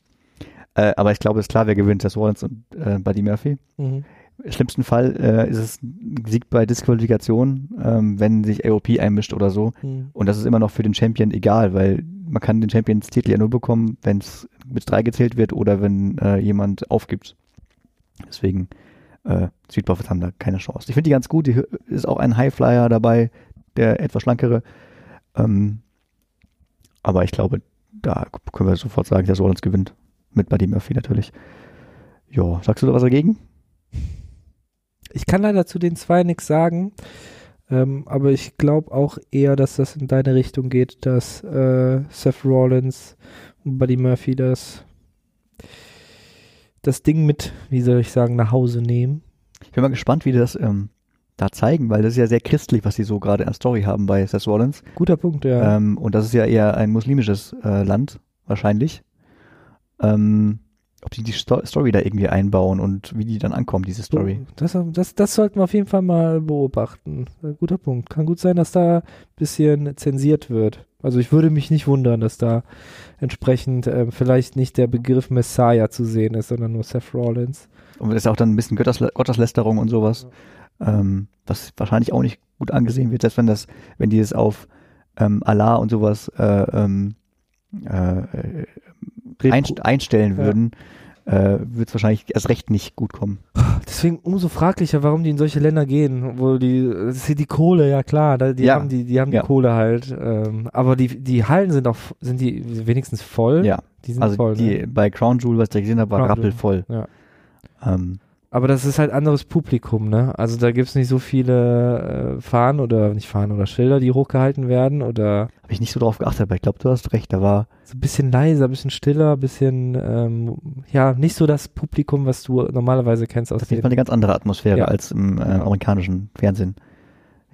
S1: Äh, aber ich glaube, es ist klar, wer gewinnt, Seth Rollins und äh, Buddy Murphy.
S2: Mhm.
S1: Im schlimmsten Fall äh, ist es ein Sieg bei Disqualifikation, ähm, wenn sich AOP einmischt oder so.
S2: Mhm.
S1: Und das ist immer noch für den Champion egal, weil man kann den Champions-Titel ja nur bekommen, wenn es mit drei gezählt wird oder wenn äh, jemand aufgibt. Deswegen, äh, Street Profits haben da keine Chance. Ich finde die ganz gut. Die ist auch ein Highflyer dabei, der etwas schlankere. Ähm, aber ich glaube, da können wir sofort sagen, dass Rollins gewinnt. Mit Buddy Murphy natürlich. Jo, sagst du da was dagegen?
S2: Ich kann leider zu den zwei nichts sagen, ähm, aber ich glaube auch eher, dass das in deine Richtung geht, dass äh, Seth Rollins und Buddy Murphy das, das Ding mit, wie soll ich sagen, nach Hause nehmen.
S1: Ich bin mal gespannt, wie die das ähm, da zeigen, weil das ist ja sehr christlich, was die so gerade an Story haben bei Seth Rollins.
S2: Guter Punkt, ja.
S1: Ähm, und das ist ja eher ein muslimisches äh, Land, wahrscheinlich. Ähm, ob die die Sto Story da irgendwie einbauen und wie die dann ankommen, diese Story.
S2: So, Das, das, das sollten wir auf jeden Fall mal beobachten. Äh, Guter Punkt. Kann gut sein, dass da ein bisschen zensiert wird. Also ich würde mich nicht wundern, dass da entsprechend ähm, vielleicht nicht der Begriff Messiah zu sehen ist, sondern nur Seth Rollins.
S1: Und das ist auch dann ein bisschen Götters Gotteslästerung und sowas, ähm, was wahrscheinlich auch nicht gut angesehen wird, selbst wenn das, wenn die es auf ähm, Allah und sowas äh, ähm, äh, äh, einst einstellen
S2: Ja.
S1: würden, äh, wird es wahrscheinlich erst recht nicht gut kommen.
S2: Deswegen umso fraglicher, warum die in solche Länder gehen, wo die, das ist hier die Kohle, ja klar, da, die
S1: Ja.
S2: haben die, die haben
S1: Ja.
S2: die Kohle halt. Ähm, aber die, die Hallen sind auch, sind die wenigstens voll?
S1: Ja.
S2: Die sind
S1: Also
S2: voll.
S1: die,
S2: Hm? ne?
S1: bei Crown Jewel, was ich da gesehen habe, war
S2: Crown Jewel.
S1: rappelvoll.
S2: Ja.
S1: Ähm,
S2: Aber das ist halt anderes Publikum, ne? Also da gibt's nicht so viele äh, Fahnen oder nicht Fahnen oder Schilder, die hochgehalten werden oder
S1: Habe ich nicht so drauf geachtet, aber ich glaube, du hast recht. Da war,
S2: so ein bisschen leiser, ein bisschen stiller, ein bisschen, ähm, ja, nicht so das Publikum, was du normalerweise kennst aus
S1: das ist
S2: den.
S1: mal eine ganz andere Atmosphäre
S2: Ja.
S1: als im äh,
S2: Genau.
S1: amerikanischen Fernsehen.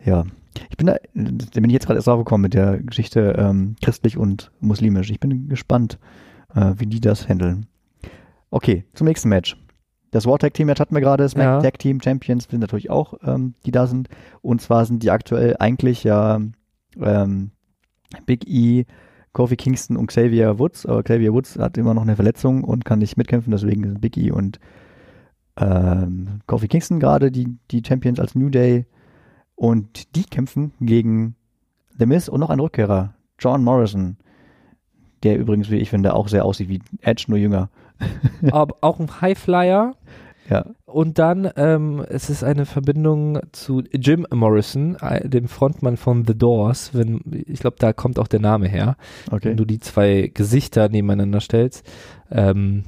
S1: Ja. Ich bin da, äh, da bin ich jetzt gerade erst draufgekommen mit der Geschichte ähm, christlich und muslimisch. Ich bin gespannt, äh, wie die das handeln. Okay, zum nächsten Match. Das War Tag Team Match hatten wir gerade, das
S2: Ja.
S1: Tag Team Champions sind natürlich auch, ähm, die da sind. Und zwar sind die aktuell eigentlich ja ähm, Big E, Kofi Kingston und Xavier Woods, aber Xavier Woods hat immer noch eine Verletzung und kann nicht mitkämpfen, deswegen sind Big E und ähm, Kofi Kingston gerade, die, die Champions als New Day. Und die kämpfen gegen The Miz und noch ein Rückkehrer, John Morrison. Der übrigens, wie ich finde, auch sehr aussieht wie Edge, nur jünger.
S2: Aber auch ein Highflyer.
S1: Ja.
S2: Und dann, ähm, es ist eine Verbindung zu Jim Morrison, äh, dem Frontmann von The Doors. Wenn, ich glaube, da kommt auch der Name her.
S1: Okay.
S2: Wenn du die zwei Gesichter nebeneinander stellst, ähm,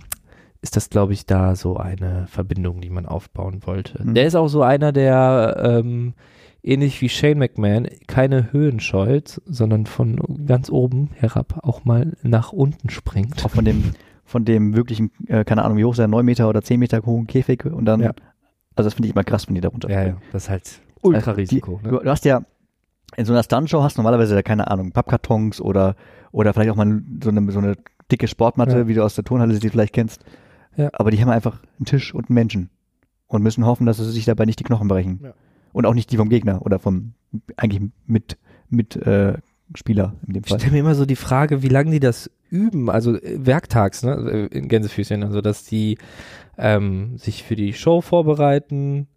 S2: ist das, glaube ich, da so eine Verbindung, die man aufbauen wollte.
S1: Hm.
S2: Der ist auch so einer, der ähm, ähnlich wie Shane McMahon keine Höhen scheut, sondern von ganz oben herab auch mal nach unten springt.
S1: Auch von dem, von dem wirklichen, äh, keine Ahnung, wie hoch ist der, 9 Meter oder 10 Meter hohen Käfig und dann.
S2: Ja.
S1: Also das finde ich immer krass, wenn die da runter.
S2: Ja, ja, das ist halt
S1: Ultra-Risiko,
S2: Ultra-Risiko.
S1: Du, du hast ja, in so einer Stuntshow hast du normalerweise ja, keine Ahnung, Pappkartons oder, oder vielleicht auch mal so eine, so eine dicke Sportmatte,
S2: Ja.
S1: wie du aus der Turnhalle sie vielleicht kennst.
S2: Ja.
S1: Aber die haben einfach einen Tisch und einen Menschen und müssen hoffen, dass sie sich dabei nicht die Knochen brechen.
S2: Ja.
S1: Und auch nicht die vom Gegner oder vom eigentlich mit, mit äh, Spieler in dem
S2: Ich
S1: Fall.
S2: stelle mir immer so die Frage, wie lange die das üben, also äh, werktags, ne, äh, in Gänsefüßchen, also dass die ähm, sich für die Show vorbereiten.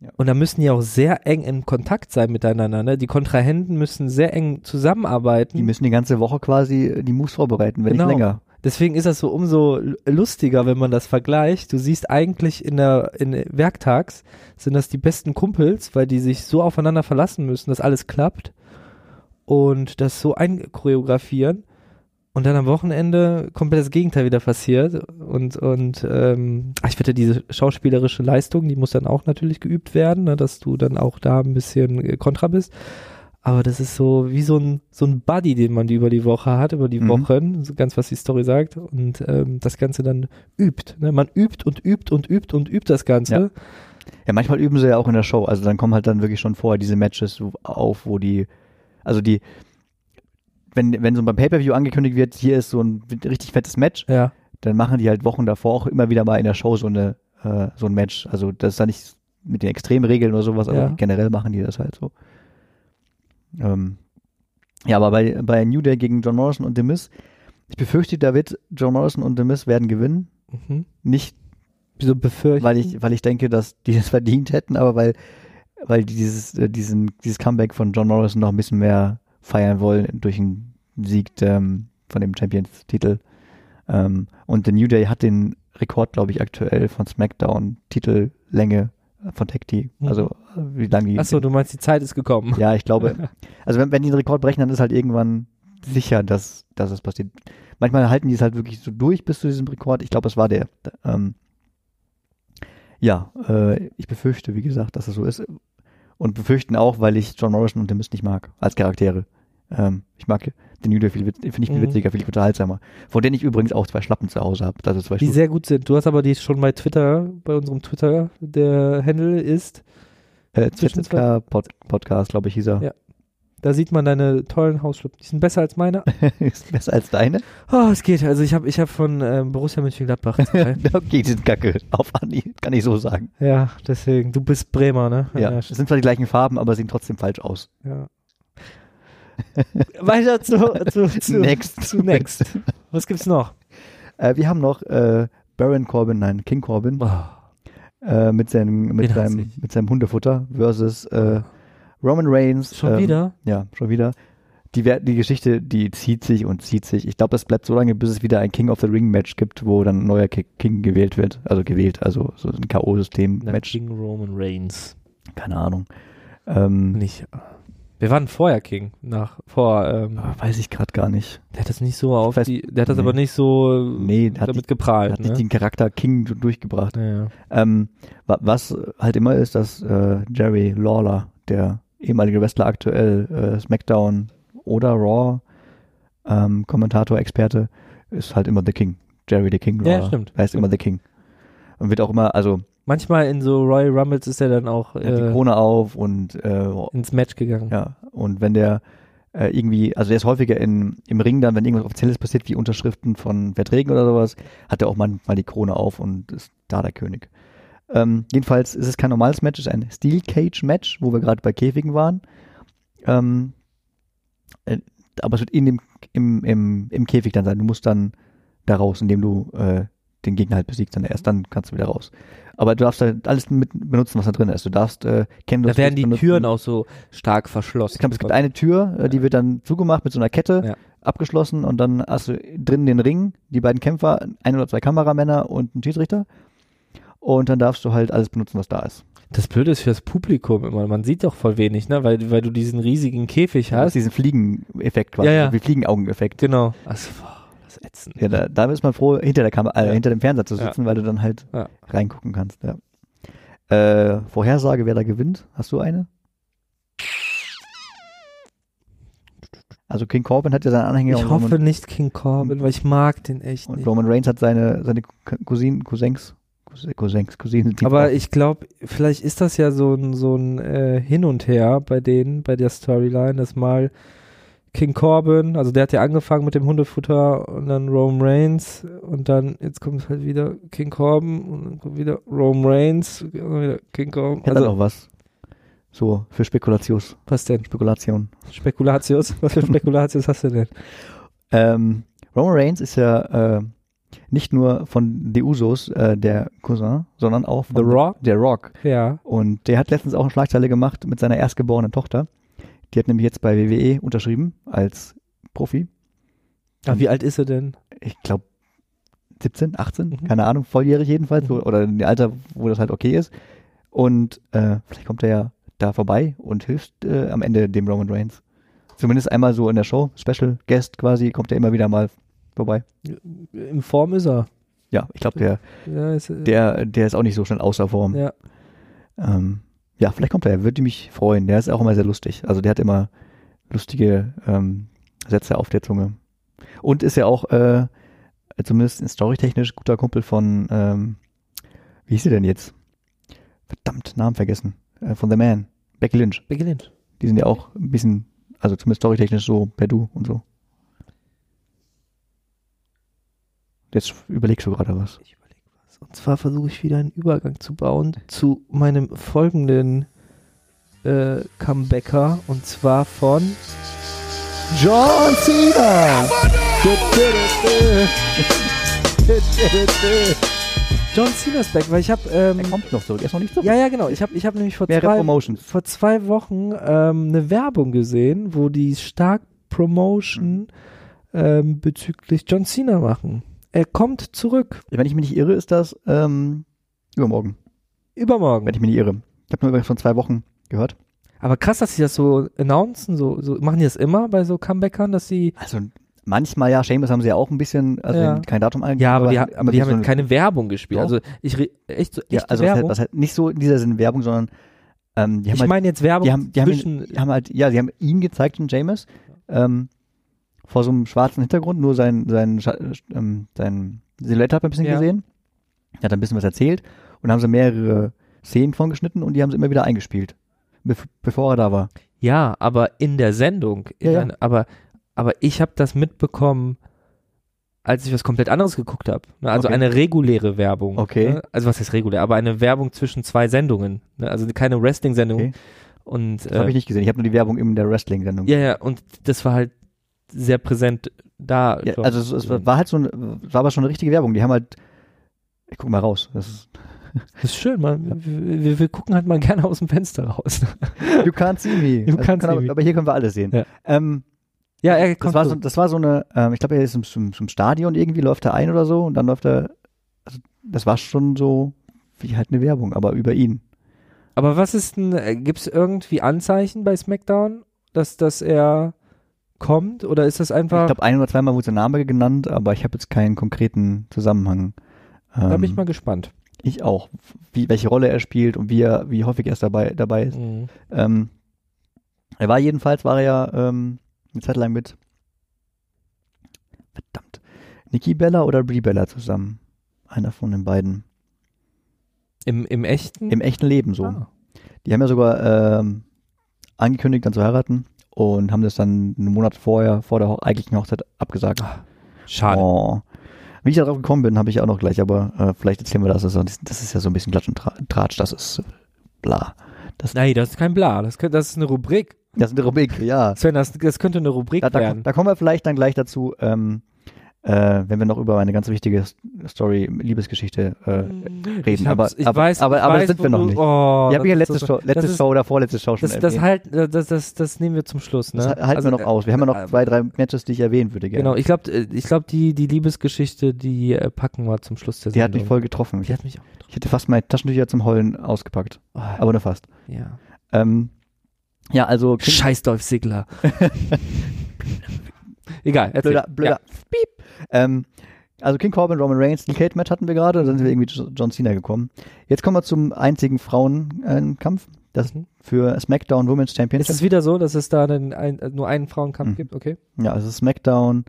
S1: Ja.
S2: Und da müssen die auch sehr eng in Kontakt sein miteinander. Ne? Die Kontrahenten müssen sehr eng zusammenarbeiten.
S1: Die müssen die ganze Woche quasi äh, die Moves vorbereiten, wenn
S2: Hm. Genau.
S1: nicht länger.
S2: Deswegen ist das so umso l- lustiger, wenn man das vergleicht. Du siehst eigentlich in der in äh, Werktags sind das die besten Kumpels, weil die sich so aufeinander verlassen müssen, dass alles klappt und das so einchoreografieren. Und dann am Wochenende komplett das Gegenteil wieder passiert. Und, und ähm, ich wette, diese schauspielerische Leistung, die muss dann auch natürlich geübt werden, ne, dass du dann auch da ein bisschen äh, kontra bist. Aber das ist so wie so ein, so ein Buddy, den man die über die Woche hat, über die
S1: Mhm.
S2: Wochen, so ganz was die Story sagt. Und ähm, das Ganze dann übt. Ne? Man übt und übt und übt und übt das Ganze.
S1: Ja. Ja, manchmal üben sie ja auch in der Show. Also dann kommen halt dann wirklich schon vorher diese Matches so auf, wo die, also die, wenn, wenn so beim Pay-Per-View angekündigt wird, hier ist so ein richtig fettes Match,
S2: Ja.
S1: dann machen die halt Wochen davor auch immer wieder mal in der Show so eine, äh, so ein Match. Also das ist da nicht mit den extremen Regeln oder sowas, aber
S2: Ja.
S1: generell machen die das halt so. Ähm, ja, aber bei, bei New Day gegen John Morrison und The Miz, ich befürchte, da wird John Morrison und The Miz werden gewinnen.
S2: Mhm.
S1: Nicht
S2: So befürchten.
S1: weil ich, weil ich denke, dass die das verdient hätten, aber weil, weil die dieses, äh, diesen, dieses Comeback von John Morrison noch ein bisschen mehr feiern wollen durch einen Sieg ähm, von dem Champions-Titel. Ähm, und The New Day hat den Rekord, glaube ich, aktuell von SmackDown Titellänge von Tech T.
S2: Mhm.
S1: Also äh, wie lange die.
S2: Achso, du meinst, die Zeit ist gekommen.
S1: Ja, ich glaube, also wenn, wenn die den Rekord brechen, dann ist halt irgendwann sicher, dass, dass es passiert. Manchmal halten die es halt wirklich so durch bis zu diesem Rekord. Ich glaube, es war der. Ähm, ja, äh, ich befürchte, wie gesagt, dass es so ist. Und befürchten auch, weil ich John Morrison und den Mist nicht mag, als Charaktere. Ähm, ich mag den Jude viel, witz- finde ich viel
S2: Mhm.
S1: witziger, viel unterhaltsamer. Von denen ich übrigens auch zwei Schlappen zu Hause habe. Also zwei
S2: Die
S1: Stufen.
S2: sehr gut sind. Du hast aber die schon bei Twitter, bei unserem Twitter, der Handle ist.
S1: äh,
S2: zwischen
S1: Zwischenzweig Pod Podcast, glaube ich, hieß er.
S2: Ja. Da sieht man deine tollen Hausschlüpfen. Die sind besser als meine.
S1: ist besser als deine.
S2: Oh, es geht. Also ich habe ich hab von ähm, Borussia Mönchengladbach zwei.
S1: okay, die sind kacke. Auf Anhieb, kann ich so sagen.
S2: ja, deswegen. Du bist Bremer, ne?
S1: Ja, es sind zwar die gleichen Farben, aber sehen trotzdem falsch aus.
S2: ja. Weiter zu, zu, zu
S1: Next.
S2: Zu next. Was gibt's noch?
S1: Äh, wir haben noch äh, Baron Corbin, nein, King Corbin,
S2: Oh,
S1: äh, mit, seinem, mit,
S2: Den hasse
S1: seinem,
S2: ich.
S1: mit seinem Hundefutter versus äh, Roman Reigns.
S2: schon
S1: ähm,
S2: wieder?
S1: Ja, schon wieder. Die, wer- die Geschichte, die zieht sich und zieht sich. Ich glaube, das bleibt so lange, bis es wieder ein King of the Ring Match gibt, wo dann ein neuer Ki- King gewählt wird. Also gewählt, also so ein K.O.-System
S2: Na,
S1: Match.
S2: King Roman Reigns.
S1: Keine Ahnung. Ähm,
S2: Nicht. Wir waren vorher King. Nach, vor, ähm,
S1: ah, weiß ich gerade gar nicht.
S2: Der hat das nicht so auf
S1: weiß-
S2: die, der hat das
S1: nee.
S2: aber nicht so
S1: Nee, hat
S2: damit
S1: nicht-
S2: geprahlt,
S1: Hat
S2: ne?
S1: nicht den Charakter King so durchgebracht.
S2: ja.
S1: Ähm, wa- was halt immer ist, dass äh, Jerry Lawler, der ehemalige Wrestler aktuell, äh, SmackDown oder Raw, ähm, Kommentator, Experte, ist halt immer The King. Jerry The King
S2: Ja,
S1: Lawler.
S2: stimmt.
S1: Er ist immer The King. Und wird auch immer, also
S2: Manchmal in so Royal Rumbles ist er dann auch
S1: er hat die
S2: äh,
S1: Krone auf und äh,
S2: ins Match gegangen.
S1: ja, und wenn der äh, irgendwie, also der ist häufiger in, im Ring dann, wenn irgendwas Offizielles passiert, wie Unterschriften von Verträgen oder sowas, hat er auch mal, mal die Krone auf und ist da der König. Ähm, jedenfalls ist es kein normales Match, es ist ein Steel Cage Match, wo wir gerade bei Käfigen waren. Ähm, äh, aber es wird in dem, im, im, im Käfig dann sein. Du musst dann da raus, indem du äh, den Gegner halt besiegst, dann erst dann kannst du wieder raus. Aber du darfst halt alles mit benutzen, was da drin ist. Du darfst äh, Kendo
S2: Da werden die Türen auch so stark verschlossen.
S1: Ich glaube, es gibt eine Tür, äh, die wird dann zugemacht mit so einer Kette,
S2: Ja.
S1: abgeschlossen und dann hast du drin den Ring, die beiden Kämpfer, ein oder zwei Kameramänner und einen Schiedsrichter. Und dann darfst du halt alles benutzen, was da ist.
S2: Das Blöde ist fürs Publikum immer. Man sieht doch voll wenig, ne? Weil, weil du diesen riesigen Käfig
S1: Das ist
S2: hast.
S1: diesen Fliegeneffekt quasi,
S2: Ja, ja.
S1: so wie Fliegenaugeneffekt.
S2: Genau. Also, boah, das ist ätzend.
S1: Ja, da, da ist man froh, hinter der Kamera, äh,
S2: Ja.
S1: hinter dem Fernseher zu
S2: Ja.
S1: sitzen, weil du dann halt
S2: Ja.
S1: reingucken kannst. Ja. Äh, Vorhersage, wer da gewinnt? Hast du eine? Also King Corbin hat ja seine Anhänger
S2: ich
S1: und
S2: hoffe
S1: Roman,
S2: nicht King Corbin, weil ich mag den echt
S1: und
S2: nicht.
S1: Roman Reigns hat seine, seine Cou- Cousinen, Cousins, Cous- Cousins, Cousinen. die-
S2: Aber ich glaube, vielleicht ist das ja so ein, so ein äh, Hin und Her bei denen, bei der Storyline, dass mal King Corbin, also der hat ja angefangen mit dem Hundefutter und dann Rome Reigns und dann, jetzt kommt halt wieder King Corbin und dann kommt wieder Rome Reigns und dann wieder King Corbin.
S1: hätte
S2: Also,
S1: noch was. So, für Spekulatius,
S2: was denn?
S1: Spekulation.
S2: Spekulatius? Was für Spekulatius hast du denn?
S1: Ähm, Roman Reigns ist ja äh, nicht nur von The Usos äh, der Cousin, sondern auch von
S2: The Rock?
S1: Der Rock.
S2: Ja.
S1: Und der hat letztens auch eine Schlagzeile gemacht mit seiner erstgeborenen Tochter. Die hat nämlich jetzt bei WWE unterschrieben als Profi.
S2: Aber wie alt ist er denn?
S1: Ich glaube 17, 18,
S2: Mhm.
S1: keine Ahnung, volljährig jedenfalls so, oder in dem Alter, wo das halt okay ist. Und äh, vielleicht kommt er ja da vorbei und hilft äh, am Ende dem Roman Reigns. Zumindest einmal so in der Show, Special Guest quasi, kommt er immer wieder mal vorbei.
S2: In Form ist er.
S1: Ja, ich glaube, der,
S2: Ja, ist,
S1: der, der ist auch nicht so schnell außer Form.
S2: ja.
S1: Ähm, ja, vielleicht kommt er. Würde mich freuen. Der ist auch immer sehr lustig. Also der hat immer lustige ähm, Sätze auf der Zunge. Und ist ja auch äh, zumindest in storytechnisch guter Kumpel von, ähm, wie hieß sie denn jetzt? Verdammt, Namen vergessen. Äh, von The Man. Becky Lynch.
S2: Becky Lynch.
S1: Die sind ja auch ein bisschen, also zumindest storytechnisch so per Du und so. Jetzt überlegst du gerade was.
S2: Ich überlege was. Und zwar versuche ich wieder einen Übergang zu bauen zu meinem folgenden äh, Comebacker. Und zwar von John Cena. John Cena ist back, weil ich habe.
S1: Er
S2: Ähm,
S1: kommt noch zurück. Er ist noch nicht zurück.
S2: ja, ja, genau. Ich habe ich hab nämlich vor
S1: Mehrere
S2: zwei,
S1: Promotions.
S2: vor zwei Wochen ähm, eine Werbung gesehen, wo die stark Promotion ähm, bezüglich John Cena machen. Er kommt zurück.
S1: Wenn ich mich nicht irre, ist das ähm, übermorgen.
S2: Übermorgen.
S1: Wenn ich mich nicht irre. Ich habe nur übrigens von zwei Wochen gehört.
S2: Aber krass, dass sie das so announcen, so, so machen die das immer bei so Comebackern, dass sie.
S1: Also manchmal ja, Seamus haben sie ja auch ein bisschen, also
S2: Ja.
S1: kein Datum angegeben.
S2: Ja, aber die, ha-
S1: haben-
S2: aber die haben
S1: so
S2: jetzt keine Werbung gespielt.
S1: Doch.
S2: Also ich re- echt so echte
S1: ja, also was heißt,
S2: Werbung.
S1: was heißt, nicht so in dieser Sinne Werbung, sondern ähm, die haben
S2: ich
S1: halt,
S2: meine jetzt Werbung
S1: die haben, die haben, ihn,
S2: zwischen.
S1: die haben halt, ja, sie haben ihn gezeigt, den Seamus, ähm, vor so einem schwarzen Hintergrund, nur sein, sein, Scha- ähm, sein Silhouette hat man ein bisschen
S2: Ja.
S1: gesehen. Er hat ein bisschen was erzählt und da haben sie mehrere Szenen von geschnitten und die haben sie immer wieder eingespielt, bev bevor er da war.
S2: ja, aber in der Sendung. In
S1: Ja, ja.
S2: einer- aber, aber ich habe das mitbekommen, als ich was komplett anderes geguckt habe. Ne? Also
S1: Okay.
S2: eine reguläre Werbung.
S1: Okay.
S2: Ne? Also was heißt regulär? Aber eine Werbung zwischen zwei Sendungen. Ne? Also keine Wrestling-Sendung.
S1: Okay.
S2: Und
S1: Das habe ich nicht gesehen. Ich habe nur die Werbung in der Wrestling-Sendung.
S2: Äh, ja, ja, und das war halt sehr präsent da.
S1: Ja,
S2: schon
S1: also es, es
S2: gesehen.
S1: war halt so, ein, war aber schon eine richtige Werbung. Die haben halt, ich guck mal raus. Das ist,
S2: Das ist schön, man. Wir, wir, wir gucken halt mal gerne aus dem Fenster raus.
S1: you can't see me.
S2: You can't
S1: kann
S2: see
S1: aber,
S2: me.
S1: aber hier können wir alles sehen.
S2: Ja.
S1: Ähm,
S2: Ja, er
S1: das,
S2: kommt
S1: war
S2: so.
S1: so, das war so eine, ähm, ich glaube, er ist im, zum, zum Stadion irgendwie, läuft er ein oder so und dann läuft er, also das war schon so wie halt eine Werbung, aber über ihn.
S2: Aber was ist denn, äh, gibt's irgendwie Anzeichen bei SmackDown, dass, dass er kommt? Oder ist das
S1: Ich
S2: einfach,
S1: glaube, ein oder zweimal wurde sein Name genannt, aber ich habe jetzt keinen konkreten Zusammenhang.
S2: da
S1: Ähm,
S2: bin ich mal gespannt.
S1: ich auch, wie, welche Rolle er spielt und wie, er, wie häufig er es dabei, dabei ist.
S2: Mhm.
S1: Ähm, er war jedenfalls, war er ja ähm, eine Zeit lang mit verdammt, Nikki Bella oder Brie Bella zusammen. Einer von den beiden.
S2: Im, Im echten?
S1: Im echten Leben so.
S2: Ah.
S1: Die haben ja sogar ähm, angekündigt, dann zu heiraten und haben das dann einen Monat vorher, vor der ho eigentlichen Hochzeit abgesagt.
S2: Schade.
S1: Oh. Wie ich darauf gekommen bin, habe ich auch noch gleich, aber äh, vielleicht erzählen wir das. Das ist, das ist ja so ein bisschen Klatsch und Tra Tratsch, das ist äh, bla.
S2: Nein, das ist kein Bla. Das, könnt- das ist eine Rubrik.
S1: Das ist eine Rubrik, ja.
S2: Sven, das, das könnte eine Rubrik
S1: Da, da,
S2: werden.
S1: da kommen wir vielleicht dann gleich dazu. Ähm, äh, äh, wenn wir noch über eine ganz wichtige S- Story, Liebesgeschichte äh,
S2: Mhm.
S1: reden.
S2: Ich
S1: aber
S2: hab's- ich
S1: aber,
S2: weiß-
S1: aber,
S2: ich
S1: aber
S2: weiß,
S1: das sind
S2: wo
S1: wir noch
S2: du-
S1: nicht.
S2: Oh,
S1: ich habe ja
S2: das ist
S1: letzte,
S2: so-
S1: Show, letzte
S2: das ist-
S1: Show oder vorletzte Show schon
S2: Das, das,
S1: erwähnt.
S2: halt, das, das, das nehmen wir zum Schluss. Ne?
S1: Das halten
S2: Also,
S1: wir noch
S2: äh,
S1: aus. Wir haben ja noch
S2: äh,
S1: zwei, drei Matches, die ich erwähnen würde gerne.
S2: Genau, ich glaube, ich glaub, die, die Liebesgeschichte, die äh, packen wir zum Schluss der
S1: Die hat
S2: Sendung.
S1: mich voll getroffen.
S2: Die hat mich auch getroffen.
S1: Ich hätte fast meine Taschentücher zum Heulen ausgepackt.
S2: Ah.
S1: Aber nur fast.
S2: Ja.
S1: Ähm, ja, also King,
S2: Scheiß Dolph Sigler. Egal, erzähl.
S1: blöder, blöder. Piep. Ähm, also King Corbin, Roman Reigns, Steel Cage Match hatten wir gerade, dann sind wir irgendwie zu John Cena gekommen. Jetzt kommen wir zum einzigen äh, Frauenkampf
S2: Ja.
S1: das- für SmackDown Women's
S2: Ist
S1: Championship.
S2: es wieder so, dass es da einen, ein, äh, nur einen Frauenkampf
S1: Mhm.
S2: gibt? Okay.
S1: ja, es ist SmackDown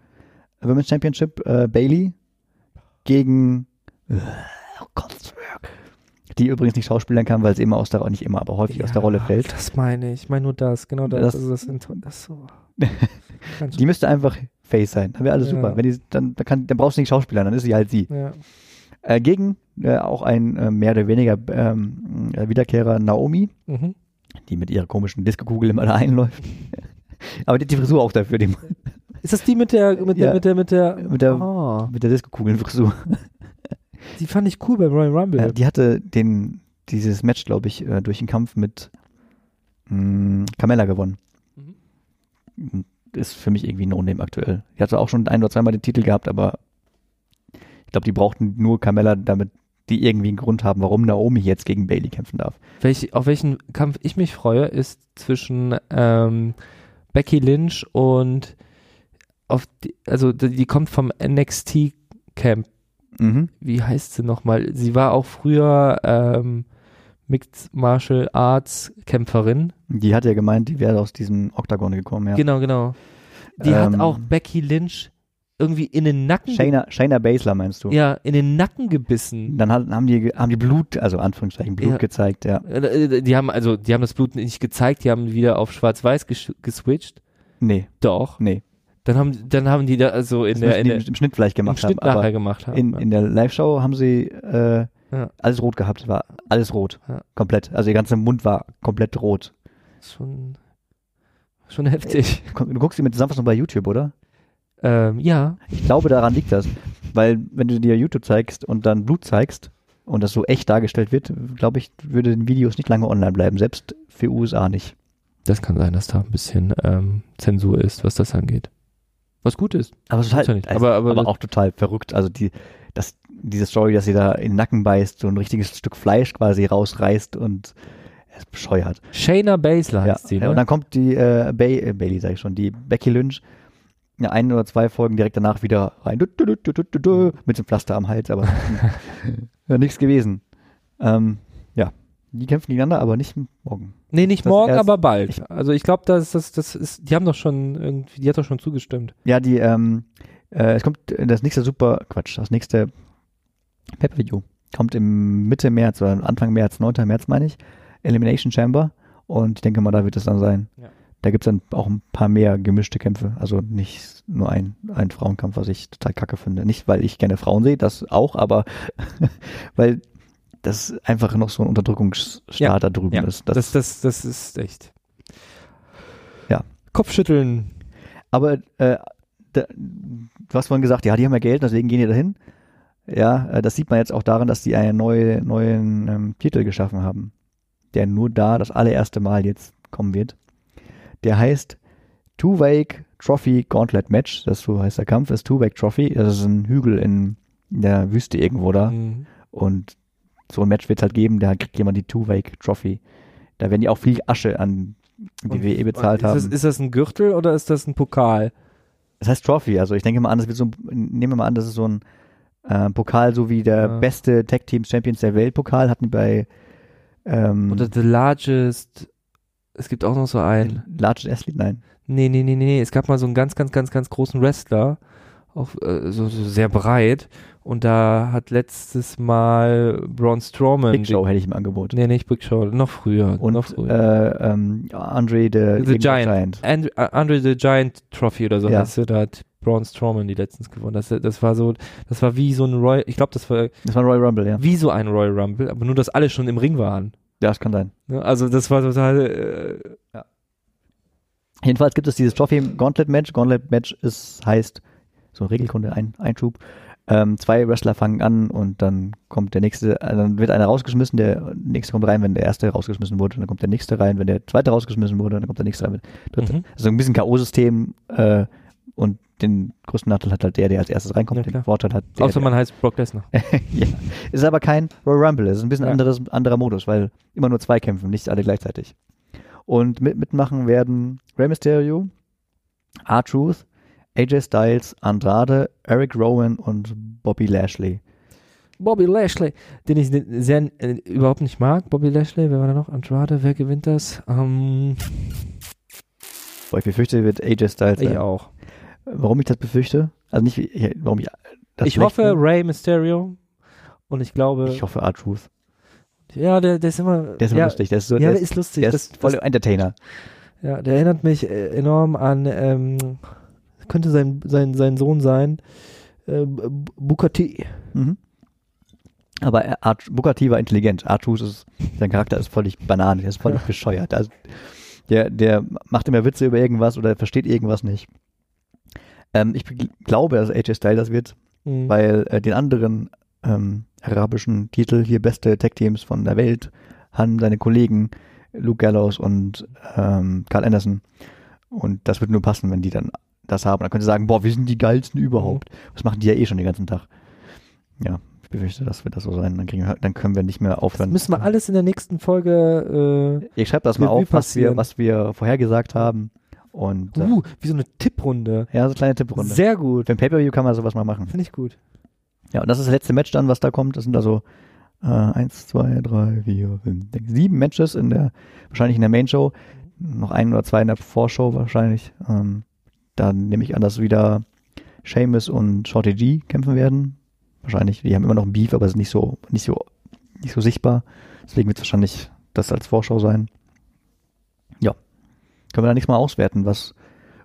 S1: Women's Championship äh, Bailey gegen oh Gottswerk, die übrigens nicht schauspielern kann, weil sie immer aus der nicht immer, aber häufig aus der Rolle fällt.
S2: Das meine ich. Ich meine nur das. Genau das.
S1: Das-
S2: Das, also das, sind- das so. Ganz
S1: Die müsste einfach Face sein. Dann wäre alles
S2: Ja.
S1: super. Wenn die, dann, dann, kann, dann brauchst du nicht Schauspieler, dann ist sie halt sie.
S2: ja.
S1: Äh, gegen äh, auch ein äh, mehr oder weniger ähm, äh, Wiederkehrer Naomi,
S2: mhm.
S1: die mit ihrer komischen Diskokugel immer da einläuft. Aber die hat die Frisur auch dafür, die,
S2: Ist das die mit der, mit
S1: Ja. Ähm,
S2: der, mit der, mit der,
S1: Mit der-
S2: Ah,
S1: mit der Diskokugelfrisur.
S2: die fand ich cool beim Royal Rumble.
S1: Äh, die hatte den, dieses Match, glaube ich, äh, durch den Kampf mit mh, Carmella gewonnen.
S2: Mhm.
S1: Mm, Ist für mich irgendwie ein No-Name aktuell. Die hatte auch schon ein oder zweimal den Titel gehabt, aber ich glaube, die brauchten nur Carmella, damit die irgendwie einen Grund haben, warum Naomi jetzt gegen Bailey kämpfen darf.
S2: Welch, auf welchen Kampf ich mich freue, ist zwischen ähm, Becky Lynch und auf die, also die, die kommt vom NXT Camp.
S1: Mhm.
S2: Wie heißt sie nochmal? Sie war auch früher ähm, Mixed Martial Arts Kämpferin.
S1: Die hat ja gemeint, die wäre aus diesem Oktagon gekommen, ja.
S2: Genau, genau. Die
S1: Ähm.
S2: hat auch Becky Lynch irgendwie in den Nacken. ge-
S1: Shayna, Shayna Baszler meinst du?
S2: Ja, in den Nacken gebissen.
S1: Dann hat, haben, die, ge- haben die Blut, also Anführungszeichen Blut
S2: Ja.
S1: gezeigt, ja.
S2: Äh, Die haben also, die haben das Blut nicht gezeigt, die haben wieder auf Schwarz-Weiß gesch- geswitcht.
S1: Nee,
S2: Doch.
S1: nee.
S2: Dann haben, dann haben die da also in
S1: Das
S2: der,
S1: müssen
S2: in
S1: die
S2: der
S1: im, im Schnitt vielleicht
S2: im
S1: gemacht
S2: Schnitt
S1: haben.
S2: nachher
S1: Aber
S2: gemacht haben.
S1: in, in der Live-Show haben sie äh,
S2: Ja.
S1: alles rot gehabt, war alles rot.
S2: Ja.
S1: Komplett. Also ihr ganzer Mund war komplett rot.
S2: schon, schon heftig.
S1: Du guckst dir mit Zusammenfassung bei YouTube, oder?
S2: ähm, ja.
S1: Ich glaube, daran liegt das. Weil wenn du dir YouTube zeigst und dann Blut zeigst und das so echt dargestellt wird, glaube ich, würde den Videos nicht lange online bleiben, selbst für USA nicht.
S2: Das kann sein, dass da ein bisschen ähm, Zensur ist, was das angeht. Was gut ist.
S1: Aber total,
S2: Ist ja nicht.
S1: also,
S2: Aber- aber das-
S1: auch total verrückt. Also die, das, diese Story, dass sie da in den Nacken beißt, so ein richtiges Stück Fleisch quasi rausreißt und es ist bescheuert.
S2: Shayna Baszler
S1: Ja.
S2: heißt sie, ne?
S1: Und dann kommt die äh, Bay, äh, Bailey, sag ich schon, die Becky Lynch, ja, ein oder zwei Folgen direkt danach wieder rein, du, du, du, du, du, du, du, mit dem Pflaster am Hals, aber ja, nichts gewesen. Ähm, ja, die kämpfen gegeneinander, aber nicht morgen.
S2: nee, nicht
S1: das
S2: morgen,
S1: erst-
S2: aber bald. also ich glaube, das, das, das ist, die haben doch schon irgendwie, die hat doch schon zugestimmt.
S1: Ja, die, ähm, äh, es kommt äh, das nächste Super, Quatsch, das nächste Pay-Per-View kommt im Mitte März oder Anfang März, 9. März meine ich, Elimination Chamber und ich denke mal, da wird es dann sein.
S2: Ja.
S1: Da gibt's dann auch ein paar mehr gemischte Kämpfe, also nicht nur ein, ein Frauenkampf, was ich total kacke finde. Nicht, weil ich gerne Frauen sehe, das auch, aber weil das einfach noch so ein Unterdrückungsstaat
S2: Ja,
S1: da drüben
S2: ja,
S1: ist. Das,
S2: Das, das, das ist echt.
S1: Ja.
S2: Kopfschütteln.
S1: Aber äh, da, du hast vorhin gesagt, ja, die haben ja Geld, deswegen gehen die dahin. Ja, äh, das sieht man jetzt auch daran, dass die einen neue, neuen ähm, Titel geschaffen haben, der nur da das allererste Mal jetzt kommen wird. Der heißt Two-Wake Trophy Gauntlet Match, das so heißt der Kampf, ist Two-Wake Trophy, das ist ein Hügel in, in der Wüste irgendwo da.
S2: Mhm.
S1: Und so ein Match wird es halt geben, da kriegt jemand die Two-Wake Trophy. Da werden die auch viel Asche an die
S2: Und-
S1: WWE bezahlt
S2: ist
S1: haben.
S2: Das, ist das ein Gürtel oder ist das ein Pokal?
S1: Das heißt Trophy, also ich denke mal an, das wird so ein, nehmen wir mal an, das ist so ein äh, Pokal, so wie der
S2: Ja.
S1: beste Tag Team Champions der Welt Pokal hatten die bei ähm,
S2: Oder The Largest. Es gibt auch noch so einen.
S1: Largest Athlete, nein.
S2: Nee, nee, nee, nee, nee. Es gab mal so einen ganz, ganz, ganz, ganz großen Wrestler. Auch äh, so, so sehr breit. Und da hat letztes Mal Braun Strowman.
S1: Big Show hätte ich im Angebot.
S2: Nee, nicht Big Show. Noch früher. noch
S1: Und
S2: früher.
S1: äh, ähm, Andre the,
S2: The Giant. And, äh, Andre the Giant Trophy oder so
S1: Ja.
S2: heißt sie, da hat Braun Strowman die letztens gewonnen. Das, das war so, das war wie so ein Royal, ich glaube, das war
S1: Das war Royal Rumble, ja.
S2: wie so ein Royal Rumble, aber nur, dass alle schon im Ring waren.
S1: Ja, das kann sein.
S2: Ne? Also das war total, äh,
S1: Jedenfalls gibt es dieses Trophy Gauntlet Match. Gauntlet Match ist, heißt so ein Regelkunde, ein Einschub. Ähm, zwei Wrestler fangen an und dann kommt der nächste, äh, dann wird einer rausgeschmissen, der nächste kommt rein, wenn der erste rausgeschmissen wurde, und dann kommt der nächste rein, wenn der zweite rausgeschmissen wurde, und dann kommt der nächste rein. Wenn der dritte.
S2: Mhm.
S1: Also ein bisschen K.O.-System äh, und den größten Nachteil hat halt der, der als erstes reinkommt,
S2: Ja,
S1: den
S2: klar.
S1: Vorteil hat der,
S2: Außer man heißt Brock Lesnar.
S1: ja. Ist aber kein Royal Rumble, es ist ein bisschen
S2: Ja.
S1: anderes, anderer Modus, weil immer nur zwei kämpfen, nicht alle gleichzeitig. Und mit, mitmachen werden Rey Mysterio, R-Truth, AJ Styles, Andrade, Eric Rowan und Bobby Lashley.
S2: Bobby Lashley, den ich ne- sehr, äh, überhaupt nicht mag. Bobby Lashley, wer war da noch? Andrade, wer gewinnt das? Ähm,
S1: Boah, ich befürchte, wird AJ Styles.
S2: ich
S1: sein.
S2: auch.
S1: Warum ich das befürchte? Also nicht, wie- ich- warum ich das
S2: ich
S1: schlecht
S2: hoffe,
S1: finde.
S2: Rey Mysterio. Und ich glaube,
S1: Ich hoffe, R-Truth.
S2: ja, der, der ist immer,
S1: Der ist immer
S2: ja,
S1: lustig, der ist so,
S2: ja,
S1: der,
S2: der
S1: ist,
S2: ist lustig.
S1: der
S2: das,
S1: ist voll
S2: das,
S1: Entertainer.
S2: ja, der erinnert mich äh, enorm an, ähm, könnte sein, sein, sein Sohn sein, äh, B- Booker T.
S1: Mhm. Aber er- Art- Booker T war intelligent. Artus ist, sein Charakter ist völlig Banane, der ist völlig bescheuert. Also, der, der macht immer Witze über irgendwas oder versteht irgendwas nicht. Ähm, ich gl- glaube, dass AJ Styles das wird,
S2: Mhm.
S1: weil äh, den anderen ähm, arabischen Titel, hier beste Tech-Teams von der Welt, haben seine Kollegen Luke Gallows und ähm, Carl Anderson. Und das wird nur passen, wenn die dann das haben. Dann können sie sagen, boah, wir sind die geilsten
S2: Mhm.
S1: überhaupt. Das machen die ja eh schon den ganzen Tag. Ja, ich befürchte, das wird das so sein. Dann, kriegen wir, dann können wir nicht mehr aufhören.
S2: Müssen wir alles in der nächsten Folge, äh,
S1: ich schreibe das mal
S2: Revue
S1: auf, was wir,
S2: passieren.
S1: was wir vorhergesagt haben. Und äh,
S2: uh, wie so eine Tipprunde.
S1: ja, so eine kleine Tipprunde.
S2: Sehr gut.
S1: Für ein Pay-Per-View kann man sowas mal machen.
S2: Finde ich gut.
S1: Ja, und das ist das letzte Match dann, was da kommt. Das sind also äh, eins, zwei, drei, vier, fünf, sechs, sieben Matches in der, wahrscheinlich in der Main Show. Noch ein oder zwei in der Vorshow wahrscheinlich. Ähm, dann nehme ich an, dass wieder Seamus und Shorty G kämpfen werden. Wahrscheinlich, die haben immer noch ein Beef, aber es ist nicht so, nicht so, nicht so sichtbar. Deswegen wird es wahrscheinlich das als Vorschau sein. Ja. Können wir da nächstes Mal auswerten, was,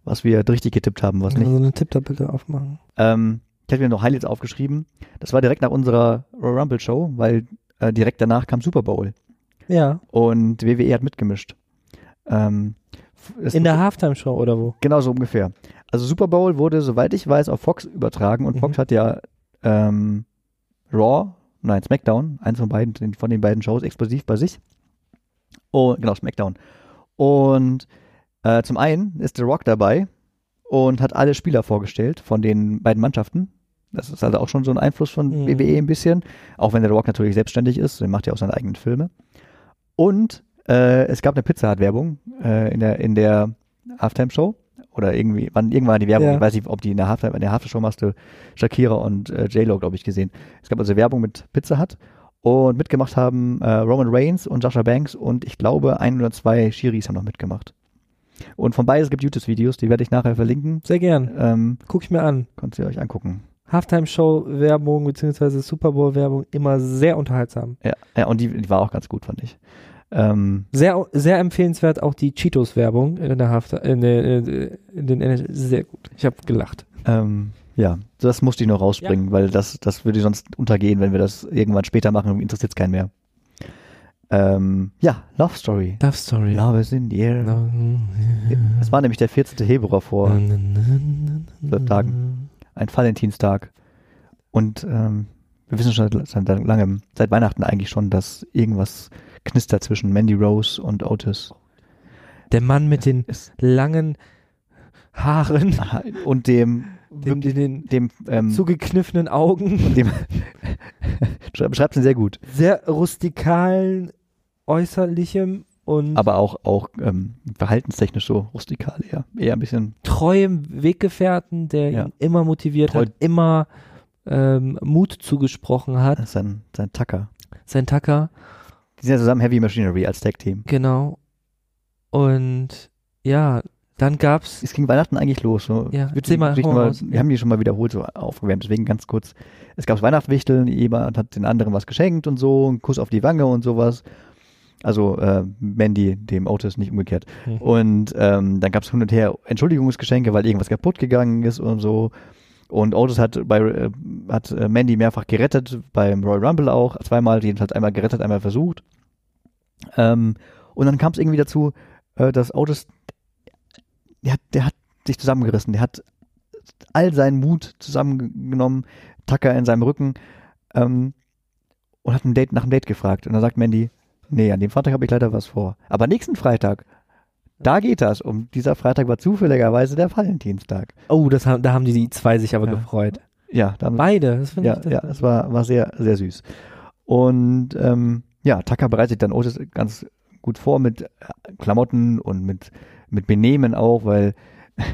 S1: was wir richtig getippt haben, was nicht.
S2: So eine Tipptabelle aufmachen.
S1: Ähm, ich hatte mir noch Highlights aufgeschrieben. Das war direkt nach unserer Royal Rumble Show, weil äh, direkt danach kam Super Bowl
S2: Ja.
S1: und WWE hat mitgemischt. Ähm, f- es-
S2: In der Halftime-Show oder wo?
S1: genau so ungefähr. Also Super Bowl wurde, soweit ich weiß, auf Fox übertragen und Fox
S2: Mhm.
S1: hat ja ähm, Raw, nein SmackDown, eins von beiden, den- von den beiden Shows exklusiv bei sich. Oh, genau SmackDown. Und äh, zum einen ist The Rock dabei und hat alle Spieler vorgestellt von den beiden Mannschaften. Das ist also auch schon so ein Einfluss von
S2: Mhm.
S1: WWE ein bisschen, auch wenn der Rock natürlich selbstständig ist, der macht ja auch seine eigenen Filme. Und äh, es gab eine Pizza Hut Werbung äh, in der in der Halftime Show oder irgendwie wann irgendwann war die Werbung,
S2: Ja.
S1: ich weiß nicht, ob die in der Halftime in der Halftime Show machst du Shakira und äh, J-Lo glaube ich gesehen. Es gab also Werbung mit Pizza Hut und mitgemacht haben äh, Roman Reigns und Sasha Banks und ich glaube ein oder zwei Schiris haben noch mitgemacht. Und von beides gibt YouTube-Videos, die werde ich nachher verlinken.
S2: Sehr gern.
S1: Ähm,
S2: Guck ich mir an.
S1: könnt ihr euch angucken.
S2: Halftime-Show-Werbung bzw. Super Bowl-Werbung immer sehr unterhaltsam.
S1: Ja, ja und die, die war auch ganz gut, fand ich. Ähm,
S2: Sehr, sehr empfehlenswert auch die Cheetos-Werbung in der Halftime, in, der, äh, in den NHL. Sehr gut. Ich habe gelacht.
S1: ähm, ja, so das musste ich noch rausbringen, weil das, das würde sonst untergehen, wenn wir das irgendwann später machen, interessiert es keinen mehr. Ähm, ja, Love Story.
S2: Love Story.
S1: Love is in the air. Es war nämlich der 14. Februar vor
S2: Zwölf
S1: Tagen. ein Valentinstag. Und ähm, wir wissen schon seit, seit langem, seit Weihnachten eigentlich schon, dass irgendwas knistert zwischen Mandy Rose und Otis.
S2: Der Mann mit den
S1: Es-
S2: langen Haaren,
S1: Ah, Und dem,
S2: dem,
S1: dem,
S2: den
S1: dem ähm,
S2: zugekniffenen Augen,
S1: dem beschreibt ihn sehr gut,
S2: sehr rustikalen Äußerlichem und
S1: aber auch auch ähm, verhaltenstechnisch so rustikal eher, eher ein bisschen
S2: treuem Weggefährten, der
S1: Ja.
S2: ihn immer motiviert
S1: Treu-
S2: hat, immer ähm, Mut zugesprochen hat.
S1: das ist sein sein Tacker.
S2: Sein Tacker,
S1: Die sind ja zusammen Heavy Machinery als Tag Team.
S2: genau. Und ja, dann gab's
S1: Es ging Weihnachten eigentlich los. So.
S2: Ja,
S1: wir,
S2: erzähl mal,
S1: wir,
S2: hau mal raus.
S1: wir haben die schon mal wiederholt so aufgewärmt, deswegen ganz kurz. Es gab Weihnachtswichteln, jemand hat den anderen was geschenkt und so, einen Kuss auf die Wange und sowas. Also äh, Mandy, dem Otis, nicht umgekehrt.
S2: Mhm. Oh,
S1: Und ähm, dann gab es hin und her Entschuldigungsgeschenke, weil irgendwas kaputt gegangen ist und so. Und Otis hat bei äh, hat äh, Mandy mehrfach gerettet, beim Royal Rumble auch, zweimal, jedenfalls einmal gerettet, einmal versucht. Ähm, und dann kam es irgendwie dazu, äh, dass Otis, der hat, der hat sich zusammengerissen, der hat all seinen Mut zusammengenommen, Tucker in seinem Rücken ähm, und hat ein Date nach dem Date gefragt. Und dann sagt Mandy, nee, an dem Freitag habe ich leider was vor. Aber nächsten Freitag, da geht das. Und dieser Freitag war zufälligerweise der Valentinstag.
S2: Oh, das haben, da haben die, die zwei sich aber
S1: Ja.
S2: gefreut.
S1: Ja, dann
S2: Beide, das finde
S1: ja,
S2: ich. das-
S1: ja, es war, war sehr, sehr süß. Und ähm, ja, Tucker bereitet dann Otis ganz gut vor mit äh, Klamotten und mit, mit Benehmen auch, weil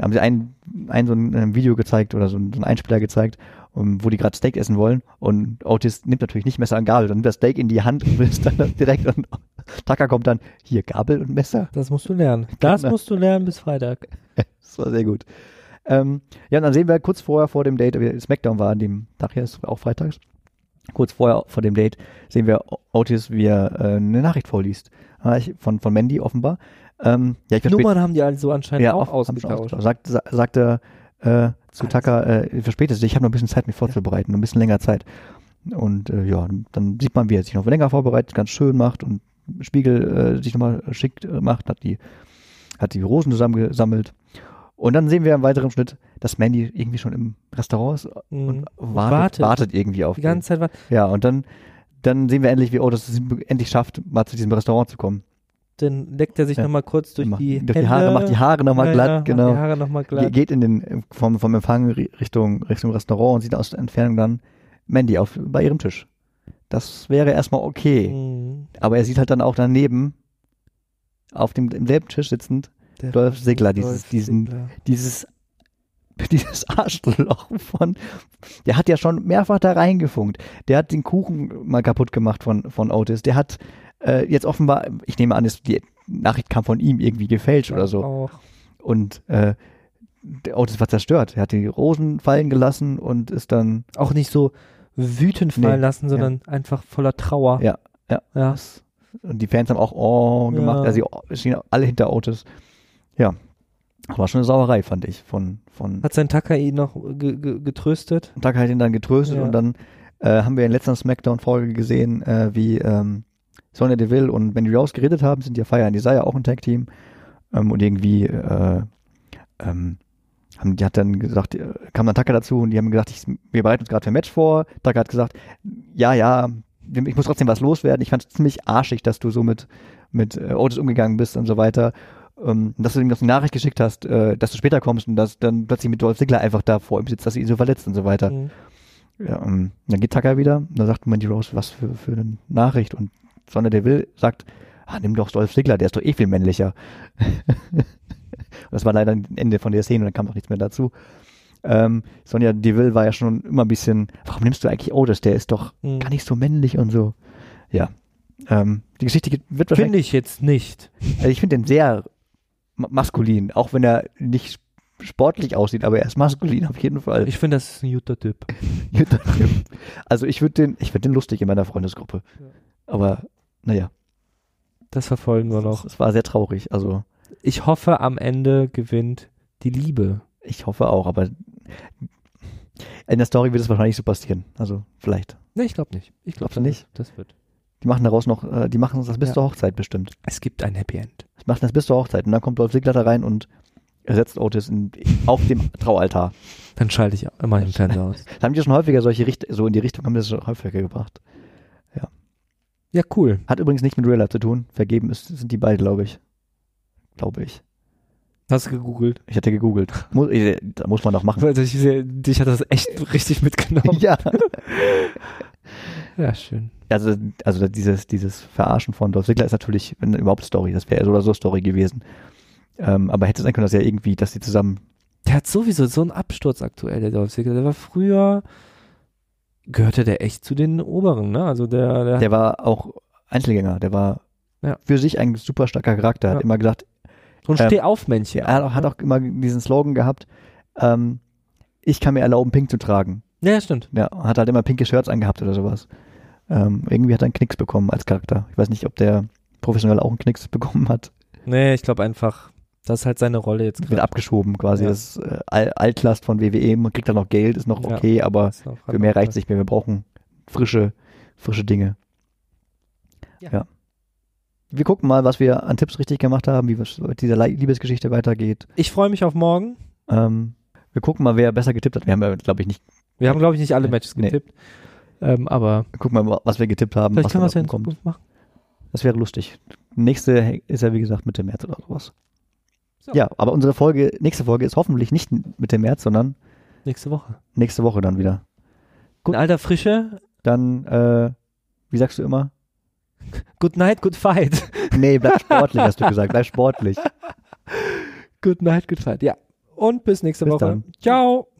S1: haben sie ein, ein so ein äh, Video gezeigt oder so ein, so ein Einspieler gezeigt, um, wo die gerade Steak essen wollen und Otis nimmt natürlich nicht Messer und Gabel, dann nimmt das Steak in die Hand und will es dann direkt und Tucker kommt dann, hier Gabel und Messer.
S2: Das musst du lernen. Das
S1: Genau.
S2: musst du lernen bis Freitag.
S1: Das war sehr gut. Ähm, ja, und dann sehen wir kurz vorher vor dem Date, wie SmackDown war an dem Tag hier, ist auch freitags. Kurz vorher vor dem Date sehen wir O- Otis, wie er äh, eine Nachricht vorliest. Ah, ich- Von, von Mandy offenbar. Ähm, ja, ich verspäte-
S2: Nummern haben die also anscheinend
S1: ja,
S2: auch
S1: auf- haben schon
S2: ausgetauscht.
S1: Sagt, sa- sagt er äh, zu
S2: Alles.
S1: Tucker, äh, verspätet sich, ich habe noch ein bisschen Zeit, mich vorzubereiten, noch ein bisschen länger Zeit. Und äh, ja, dann sieht man, wie er sich noch länger vorbereitet, ganz schön macht und Spiegel äh, sich nochmal schick äh, macht, hat die, hat die Rosen zusammengesammelt. Und dann sehen wir im weiteren Schnitt, dass Mandy irgendwie schon im Restaurant ist
S2: Mhm.
S1: und wartet,
S2: wartet.
S1: wartet irgendwie auf
S2: Die
S1: ihn.
S2: ganze Zeit war.
S1: Ja, und dann, dann sehen wir endlich, wie Otis es endlich schafft, mal zu diesem Restaurant zu kommen.
S2: Dann leckt er sich
S1: Ja.
S2: nochmal kurz durch
S1: macht,
S2: die,
S1: durch die Haare, macht die Haare nochmal glatt, genau.
S2: Macht die Haare nochmal
S1: Ge-
S2: glatt.
S1: geht in den vom, vom Empfang ri- Richtung, Richtung Restaurant und sieht aus der Entfernung dann Mandy auf, bei ihrem Tisch. Das wäre erstmal okay.
S2: Mhm.
S1: Aber er sieht halt dann auch daneben, auf dem im selben Tisch sitzend,
S2: Der
S1: Dolph Ziggler, dieses-
S2: Dolph
S1: diesen-
S2: Ziggler.
S1: dieses, dieses Arschloch von. Der hat ja schon mehrfach da reingefunkt. Der hat den Kuchen mal kaputt gemacht von, von Otis. Der hat äh, jetzt offenbar, ich nehme an, es- die Nachricht kam von ihm irgendwie gefälscht oder so.
S2: Auch.
S1: Und äh, der Otis war zerstört. Er hat die Rosen fallen gelassen und ist dann,
S2: auch nicht so wütend
S1: Nee,
S2: fallen lassen, sondern einfach voller Trauer.
S1: Ja, ja.
S2: ja.
S1: und die Fans haben auch oh gemacht.
S2: Ja.
S1: Also sie oh, stehen alle hinter Otis. Ja. War schon eine Sauerei, fand ich, von, von
S2: Hat sein Taka ihn noch ge ge getröstet?
S1: Und Tucker hat ihn dann getröstet
S2: Ja.
S1: und dann äh, haben wir in letzter Smackdown-Folge gesehen, äh, wie ähm, Sonya Deville und Mandy Rose geredet haben, sind ja Fire and Desire auch ein Tag-Team. Ähm, und irgendwie äh, ähm, haben, die hat dann gesagt, äh, kam dann Tucker dazu und die haben gesagt, ich, wir bereiten uns gerade für ein Match vor. Tucker hat gesagt, ja, ja, ich muss trotzdem was loswerden. Ich fand es ziemlich arschig, dass du so mit, mit äh, Otis umgegangen bist und so weiter. Ähm, dass du ihm noch eine Nachricht geschickt hast, äh, dass du später kommst und dass dann plötzlich mit Dolph Ziggler einfach da vor ihm sitzt, dass du ihn so verletzt und so weiter.
S2: Mhm.
S1: Ja, ähm, dann geht Tucker wieder, und dann sagt Mandy Rose, was für, für eine Nachricht. Und Sonne Deville sagt, ah, nimm doch Dolph Ziggler, der ist doch eh viel männlicher. Und das war leider ein Ende von der Szene, dann kam noch nichts mehr dazu. Ähm, Sonja Deville war ja schon immer ein bisschen, warum nimmst du eigentlich Otis, der ist doch
S2: Mhm.
S1: gar nicht so männlich und so. Ja, ähm, die Geschichte geht- wird wahrscheinlich
S2: Finde ich jetzt nicht.
S1: also ich finde den sehr ma- maskulin, auch wenn er nicht sportlich aussieht, aber er ist maskulin auf jeden Fall.
S2: Ich finde, das ist ein guter Typ.
S1: also ich würde den, ich finde den lustig in meiner Freundesgruppe.
S2: Ja.
S1: Aber naja,
S2: Das verfolgen wir noch.
S1: es war sehr traurig. Also
S2: Ich hoffe, am Ende gewinnt die Liebe.
S1: ich hoffe auch, aber in der Story wird es wahrscheinlich so passieren. Also vielleicht.
S2: Ne, ich glaube nicht. Ich glaube
S1: Glaubst du nicht?
S2: Das wird.
S1: Die machen daraus noch, äh, die machen das bis
S2: Ja.
S1: zur Hochzeit bestimmt.
S2: Es gibt ein Happy End.
S1: Die machen das bis zur Hochzeit. Und dann kommt Dolph Ziggler da rein und ersetzt Otis in, auf dem Traualtar.
S2: Dann schalte ich immer den Fernseher aus.
S1: Das haben die schon häufiger solche Richt so in die Richtung haben die das schon häufiger gebracht.
S2: Ja, cool.
S1: Hat übrigens nicht mit Real Life zu tun. Vergeben ist, sind die beide, glaube ich. Glaube ich.
S2: Hast du gegoogelt?
S1: Ich hatte gegoogelt. Muss, äh, da muss man doch machen.
S2: Also ich, sehe, dich hat das echt richtig mitgenommen.
S1: ja.
S2: Ja, schön.
S1: Also, also dieses, dieses Verarschen von Dolph Ziggler ist natürlich wenn überhaupt Story. Das wäre so oder so Story gewesen. Ähm, aber hätte es sein können, dass ja irgendwie, dass die zusammen.
S2: Der hat sowieso so einen Absturz aktuell, der Dolph Ziggler. Der war früher, gehörte der echt zu den Oberen, ne? Also der, der,
S1: Der war auch Einzelgänger. Der war
S2: Ja.
S1: für sich ein super starker Charakter. Hat
S2: Ja.
S1: immer gesagt,
S2: so ein
S1: ähm,
S2: Stehaufmännchen.
S1: er hat auch, hat auch immer diesen Slogan gehabt: ähm, Ich kann mir erlauben, pink zu tragen.
S2: Ja, ja, stimmt.
S1: Ja, und hat halt immer pinke Shirts angehabt oder sowas. Ähm, irgendwie hat er einen Knicks bekommen als Charakter. Ich weiß nicht, ob der professionell auch einen Knicks bekommen hat.
S2: Nee, ich glaube einfach, das ist halt seine Rolle jetzt
S1: Wird abgeschoben quasi.
S2: Ja.
S1: Das ist äh, Al- Altlast von WWE. Man kriegt dann noch Geld, ist noch
S2: Ja.
S1: okay, aber
S2: Ist noch-
S1: für mehr reicht nicht mehr. Wir brauchen frische, frische Dinge.
S2: Ja.
S1: ja. Wir gucken mal, was wir an Tipps richtig gemacht haben, wie es mit dieser Liebesgeschichte weitergeht.
S2: Ich freue mich auf morgen.
S1: Ähm, Wir gucken mal, wer besser getippt hat. Wir haben ja, glaube ich, nicht.
S2: Wir haben, glaube ich, nicht alle Matches
S1: Nee.
S2: getippt. Ähm, aber
S1: Wir gucken mal, was wir getippt haben.
S2: vielleicht können wir es ja in
S1: da rumkommt.
S2: Zukunft machen.
S1: Das wäre lustig. Nächste ist ja, wie gesagt, Mitte März oder sowas.
S2: So.
S1: Ja, aber unsere Folge, nächste Folge ist hoffentlich nicht Mitte März, sondern
S2: Nächste Woche.
S1: nächste Woche dann wieder. Gut.
S2: Gut. In alter Frische.
S1: Dann, äh, wie sagst du immer?
S2: Good night, good fight.
S1: Nee, bleib sportlich, hast du gesagt. Bleib sportlich.
S2: good night, good fight. Ja. Und bis nächste
S1: Bis
S2: Woche.
S1: dann.
S2: Ciao.